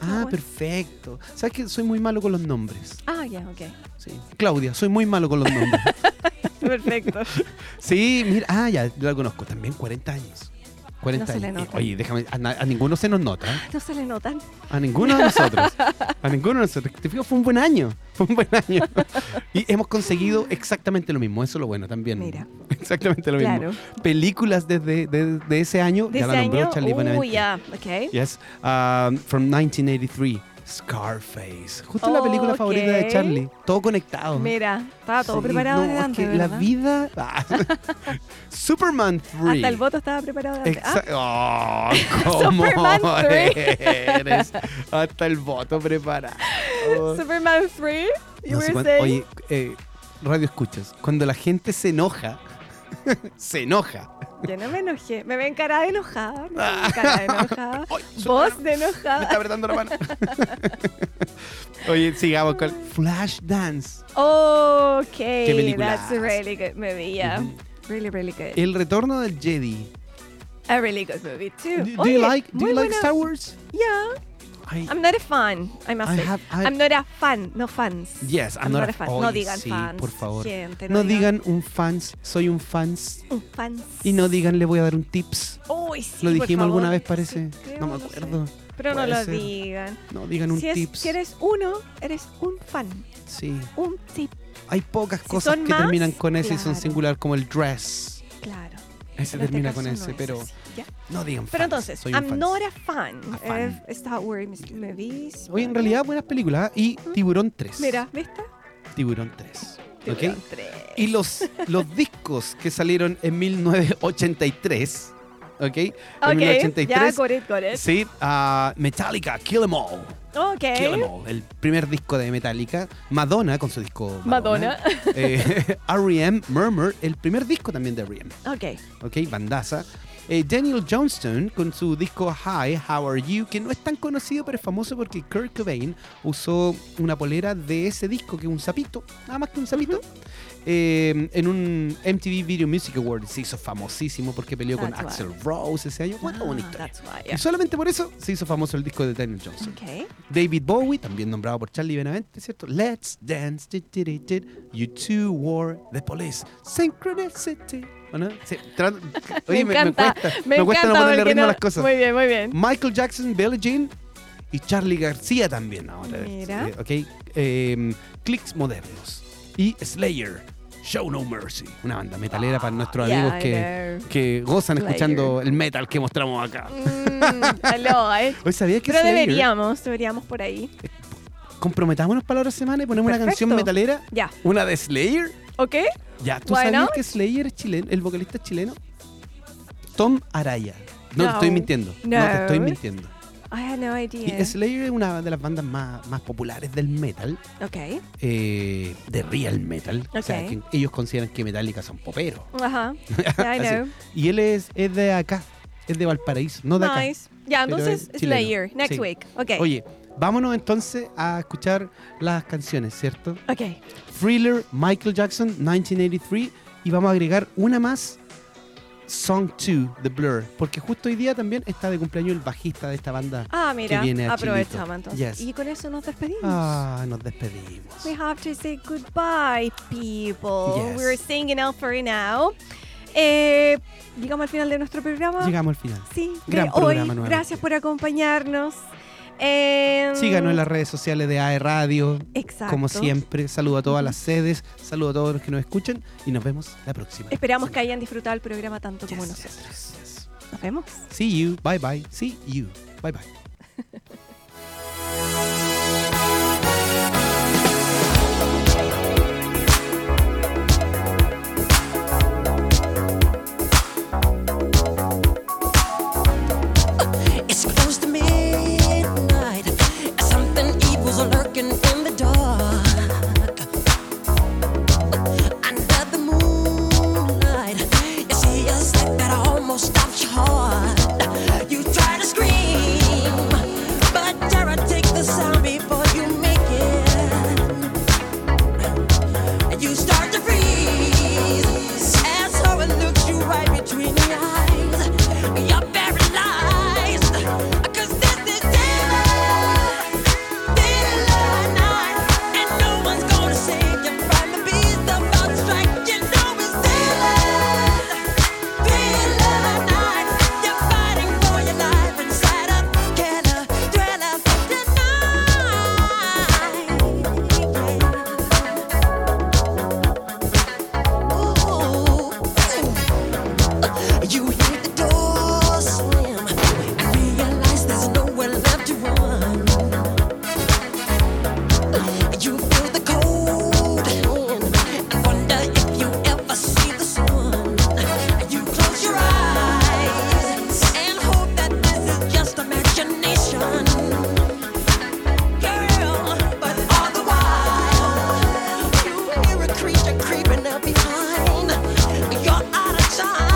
[SPEAKER 2] Ah,
[SPEAKER 1] That one.
[SPEAKER 2] perfecto. ¿Sabes que soy muy malo con los nombres?
[SPEAKER 1] Ah, yeah, okay.
[SPEAKER 2] Sí. Claudia, soy muy malo con los nombres.
[SPEAKER 1] Perfecto.
[SPEAKER 2] sí, mira, ah, ya, yo la conozco. También 40 años. 40
[SPEAKER 1] No se le
[SPEAKER 2] años. Eh,
[SPEAKER 1] nota.
[SPEAKER 2] Oye, déjame, a, na- a ninguno se nos nota. ¿eh?
[SPEAKER 1] No se le notan.
[SPEAKER 2] A ninguno de nosotros. A ninguno de nosotros. Te fijas, fue un buen año. Fue un buen año. Y hemos conseguido exactamente lo mismo. Eso es lo bueno también.
[SPEAKER 1] Mira.
[SPEAKER 2] Exactamente lo
[SPEAKER 1] Claro.
[SPEAKER 2] mismo. Películas desde de, de ese año.
[SPEAKER 1] De
[SPEAKER 2] ya
[SPEAKER 1] ese
[SPEAKER 2] la nombró
[SPEAKER 1] año.
[SPEAKER 2] Charlie
[SPEAKER 1] Uy, ya, ok.
[SPEAKER 2] Yes. Um, from 1983. Scarface. Justo la película
[SPEAKER 1] Ok.
[SPEAKER 2] favorita de Charlie. Todo conectado.
[SPEAKER 1] Mira, estaba todo
[SPEAKER 2] Sí,
[SPEAKER 1] preparado
[SPEAKER 2] no,
[SPEAKER 1] de
[SPEAKER 2] es
[SPEAKER 1] antes,
[SPEAKER 2] que la
[SPEAKER 1] ¿verdad?
[SPEAKER 2] vida. Ah. Superman 3.
[SPEAKER 1] Hasta el voto estaba preparado de antes. Ah,
[SPEAKER 2] Exa- oh, ¿cómo
[SPEAKER 1] Superman 3.
[SPEAKER 2] eres? Hasta el voto preparado.
[SPEAKER 1] Superman 3, you
[SPEAKER 2] No
[SPEAKER 1] were
[SPEAKER 2] sé cuán-
[SPEAKER 1] saying.
[SPEAKER 2] oye, eh, radio escuchas. Cuando la gente se enoja, se enoja.
[SPEAKER 1] Yo no me enojé. Me ven cara de enojada. Me ven cara de enojada.
[SPEAKER 2] Ay,
[SPEAKER 1] Voz de
[SPEAKER 2] Me está
[SPEAKER 1] enojada.
[SPEAKER 2] apretando la mano. Oye, sigamos con Flash Dance.
[SPEAKER 1] Okay,
[SPEAKER 2] película. Eh.
[SPEAKER 1] that's a really good movie, yeah. Really, really good.
[SPEAKER 2] El retorno del Jedi.
[SPEAKER 1] A really good movie too.
[SPEAKER 2] Do, do you
[SPEAKER 1] Oye,
[SPEAKER 2] like, do
[SPEAKER 1] muy
[SPEAKER 2] you like
[SPEAKER 1] buena-
[SPEAKER 2] Star Wars?
[SPEAKER 1] Yeah,
[SPEAKER 2] I-
[SPEAKER 1] I'm not a fan. I must
[SPEAKER 2] I
[SPEAKER 1] say.
[SPEAKER 2] have- I-
[SPEAKER 1] I'm not a fan. No fans.
[SPEAKER 2] yes, I'm, not, a fan.
[SPEAKER 1] no
[SPEAKER 2] Oye,
[SPEAKER 1] digan
[SPEAKER 2] sí,
[SPEAKER 1] fans.
[SPEAKER 2] por favor.
[SPEAKER 1] gente,
[SPEAKER 2] no digan un fans, soy un fans.
[SPEAKER 1] un fans.
[SPEAKER 2] Y no digan le voy a dar un tips.
[SPEAKER 1] Uy, sí,
[SPEAKER 2] Lo
[SPEAKER 1] por
[SPEAKER 2] dijimos alguna
[SPEAKER 1] favor.
[SPEAKER 2] vez, parece.
[SPEAKER 1] Sí, creo,
[SPEAKER 2] no me
[SPEAKER 1] no sé.
[SPEAKER 2] acuerdo.
[SPEAKER 1] Pero no
[SPEAKER 2] Puede
[SPEAKER 1] lo
[SPEAKER 2] ser.
[SPEAKER 1] digan.
[SPEAKER 2] No, digan un
[SPEAKER 1] Si, es-
[SPEAKER 2] tips.
[SPEAKER 1] si eres uno, eres un fan.
[SPEAKER 2] Sí.
[SPEAKER 1] Un tip,
[SPEAKER 2] Hay pocas cosas
[SPEAKER 1] son
[SPEAKER 2] que
[SPEAKER 1] más,
[SPEAKER 2] terminan con ese y son
[SPEAKER 1] claro.
[SPEAKER 2] singular, como el dress.
[SPEAKER 1] claro.
[SPEAKER 2] Ese
[SPEAKER 1] En este
[SPEAKER 2] termina
[SPEAKER 1] caso
[SPEAKER 2] con
[SPEAKER 1] no
[SPEAKER 2] ese,
[SPEAKER 1] es
[SPEAKER 2] pero
[SPEAKER 1] así, ya.
[SPEAKER 2] no digan
[SPEAKER 1] Pero
[SPEAKER 2] fans,
[SPEAKER 1] entonces,
[SPEAKER 2] soy un
[SPEAKER 1] I'm
[SPEAKER 2] fans.
[SPEAKER 1] not a fan Eh,
[SPEAKER 2] A fan.
[SPEAKER 1] of Star Wars movies.
[SPEAKER 2] Oye, en realidad, buenas películas. ¿eh? Y Tiburón 3.
[SPEAKER 1] Mira, ¿viste?
[SPEAKER 2] Tiburón 3.
[SPEAKER 1] Te
[SPEAKER 2] ¿ok?
[SPEAKER 1] encontré.
[SPEAKER 2] Y los, los discos que salieron en 1983, ¿ok? en
[SPEAKER 1] Ok, ya,
[SPEAKER 2] 1983,
[SPEAKER 1] got it, got it.
[SPEAKER 2] sí, ah, Metallica, Kill 'Em All.
[SPEAKER 1] Ok.
[SPEAKER 2] Kill 'Em All, el primer disco de Metallica. Madonna con su disco Madonna.
[SPEAKER 1] Madonna.
[SPEAKER 2] Eh, R.E.M., Murmur, el primer disco también de R.E.M.,
[SPEAKER 1] Ok.
[SPEAKER 2] ¿ok? Bandaza. Eh, Daniel Johnston con su disco Hi, How Are You, que no es tan conocido, pero es famoso porque Kurt Cobain usó una polera de ese disco, que es un sapito, nada más que un sapito. eh, en un MTV Video Music Award se hizo famosísimo porque peleó con
[SPEAKER 1] That's right.
[SPEAKER 2] Axel Rose ese año. Cuenta una
[SPEAKER 1] Ah,
[SPEAKER 2] historia.
[SPEAKER 1] that's why,
[SPEAKER 2] Y
[SPEAKER 1] yeah.
[SPEAKER 2] solamente por eso se hizo famoso el disco de Daniel Johnson.
[SPEAKER 1] Ok.
[SPEAKER 2] David Bowie, también nombrado por Charlie Benavente, ¿cierto? Let's dance, ti, ti, ti, ti, you two were the police. Synchronicity. ¿O no? Sí, tra-
[SPEAKER 1] me
[SPEAKER 2] Oye, me,
[SPEAKER 1] encanta.
[SPEAKER 2] me cuesta,
[SPEAKER 1] me
[SPEAKER 2] me cuesta no
[SPEAKER 1] encanta
[SPEAKER 2] ponerle
[SPEAKER 1] porque
[SPEAKER 2] ritmo
[SPEAKER 1] no-
[SPEAKER 2] a las cosas.
[SPEAKER 1] Muy bien, muy bien.
[SPEAKER 2] Michael Jackson, Billie Jean y Charlie García también ahora.
[SPEAKER 1] Mira.
[SPEAKER 2] Eh, ok. Eh, clics modernos. Y Slayer, Show No Mercy. Una banda metalera para nuestros
[SPEAKER 1] Yeah,
[SPEAKER 2] amigos
[SPEAKER 1] I
[SPEAKER 2] que,
[SPEAKER 1] know.
[SPEAKER 2] que gozan
[SPEAKER 1] Ah, Slayer.
[SPEAKER 2] escuchando el metal que mostramos acá.
[SPEAKER 1] Mm, aló, eh.
[SPEAKER 2] Hoy sabías que
[SPEAKER 1] Pero
[SPEAKER 2] Slayer-
[SPEAKER 1] deberíamos, deberíamos por ahí.
[SPEAKER 2] comprometámonos para la otra semana y ponemos una canción
[SPEAKER 1] Perfecto.
[SPEAKER 2] metalera,
[SPEAKER 1] Ya,
[SPEAKER 2] una de Slayer.
[SPEAKER 1] ¿ok?
[SPEAKER 2] Ya, ¿tú
[SPEAKER 1] Why
[SPEAKER 2] sabías
[SPEAKER 1] not?
[SPEAKER 2] que Slayer es chileno, el vocalista es chileno? Tom Araya. No,
[SPEAKER 1] No.
[SPEAKER 2] te estoy mintiendo. No, te
[SPEAKER 1] No.
[SPEAKER 2] estoy mintiendo.
[SPEAKER 1] I had no
[SPEAKER 2] Y
[SPEAKER 1] idea.
[SPEAKER 2] Slayer es una de las bandas más, más populares del metal,
[SPEAKER 1] Ok.
[SPEAKER 2] eh, de real metal. O sea,
[SPEAKER 1] Ok.
[SPEAKER 2] que ellos consideran que Metallica son poperos.
[SPEAKER 1] Ajá. Yeah, I
[SPEAKER 2] Así.
[SPEAKER 1] know.
[SPEAKER 2] Y él es, es de acá, es de Valparaíso, no de acá.
[SPEAKER 1] Nice. Ya,
[SPEAKER 2] pero
[SPEAKER 1] entonces
[SPEAKER 2] es chileno.
[SPEAKER 1] Slayer, next
[SPEAKER 2] Sí.
[SPEAKER 1] week. Ok.
[SPEAKER 2] Oye, vámonos entonces a escuchar las canciones, ¿cierto?
[SPEAKER 1] Ok.
[SPEAKER 2] Thriller, Michael Jackson, 1983. Y vamos a agregar una más, Song 2, The Blur. Porque justo hoy día también está de cumpleaños el bajista de esta banda.
[SPEAKER 1] Ah, mira,
[SPEAKER 2] viene a
[SPEAKER 1] aprovechamos
[SPEAKER 2] Chilito.
[SPEAKER 1] entonces.
[SPEAKER 2] Yes.
[SPEAKER 1] Y con eso nos despedimos.
[SPEAKER 2] Ah, nos despedimos.
[SPEAKER 1] We have to say goodbye, people.
[SPEAKER 2] Yes.
[SPEAKER 1] We're singing out for now. Eh, llegamos al final de nuestro programa.
[SPEAKER 2] Llegamos al final.
[SPEAKER 1] Sí,
[SPEAKER 2] Gran
[SPEAKER 1] de hoy.
[SPEAKER 2] programa nuevamente.
[SPEAKER 1] Gracias por acompañarnos. Eh,
[SPEAKER 2] Síganos en las redes sociales de AE Radio.
[SPEAKER 1] Exacto.
[SPEAKER 2] Como siempre, saludo a todas las sedes, saludo a todos los que nos escuchan y nos vemos la próxima.
[SPEAKER 1] Esperamos que
[SPEAKER 2] semana.
[SPEAKER 1] hayan disfrutado el programa tanto como
[SPEAKER 2] Yes,
[SPEAKER 1] nosotros.
[SPEAKER 2] yes, yes, yes.
[SPEAKER 1] Nos vemos.
[SPEAKER 2] See you, bye bye. See you, bye bye.
[SPEAKER 5] It's close to midnight. Something evil's lurking in the dark. Under the moonlight, you see a sight that almost stops your heart. You try to scream, but terror take the sound before you make it. And you start to freeze as someone looks you right between the eyes. You're paralyzed. 'Cause this is dead eye, dead eye night. And no one's gonna save you from the beast about to strike. You know it's dead eye, dead eye night. You're fighting for your life inside a killer, thriller, tonight. Yeah. You hear the door slam and realize there's nowhere left to run. You feel the cold hand and wonder if you ever see the sun. You close your eyes and hope that this is just imagination, girl. But all the while. You hear a creature creeping up behind. You're out of time.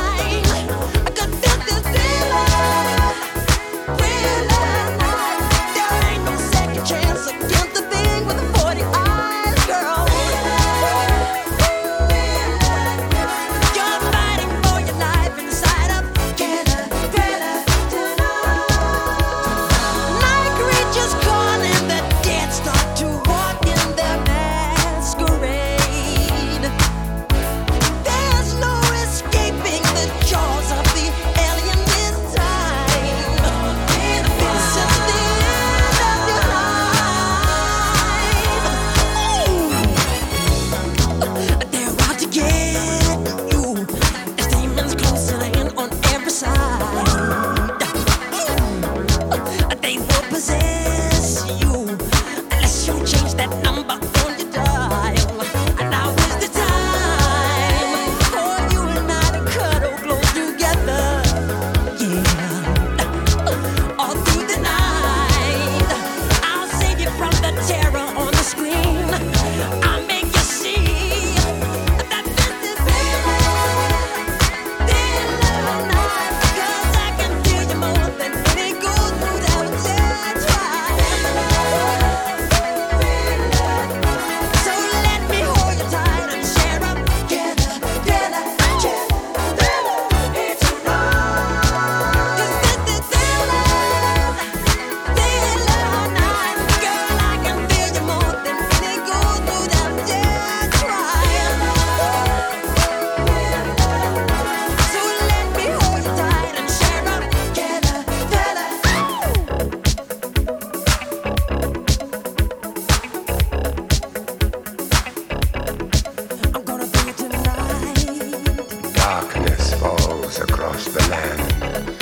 [SPEAKER 4] darkness falls across the land.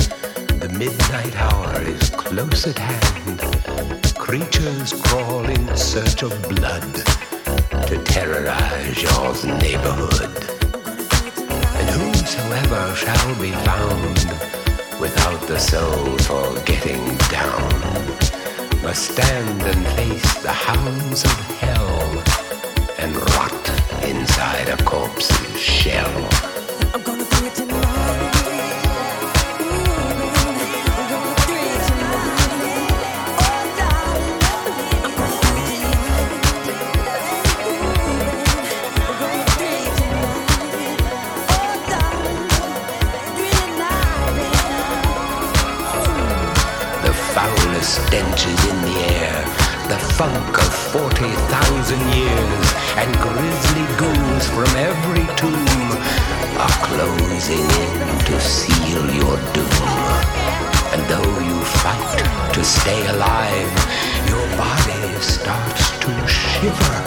[SPEAKER 4] The midnight hour is close at hand. Creatures crawl in search of blood to terrorize your neighborhood. And whosoever shall be found without the soul for getting down must stand and face the hounds of hell and rot inside a corpse's shell.
[SPEAKER 5] I'm gonna do it tonight. I'm gonna do it tonight. Oh, darling, I'm gonna do it tonight. I'm gonna do it tonight. Oh, darling, do it tonight.
[SPEAKER 4] The foulest stenches in the air, the funk of 40,000 years, and grisly ghouls from every tomb are closing in to seal your doom. And though you fight to stay alive, your body starts to shiver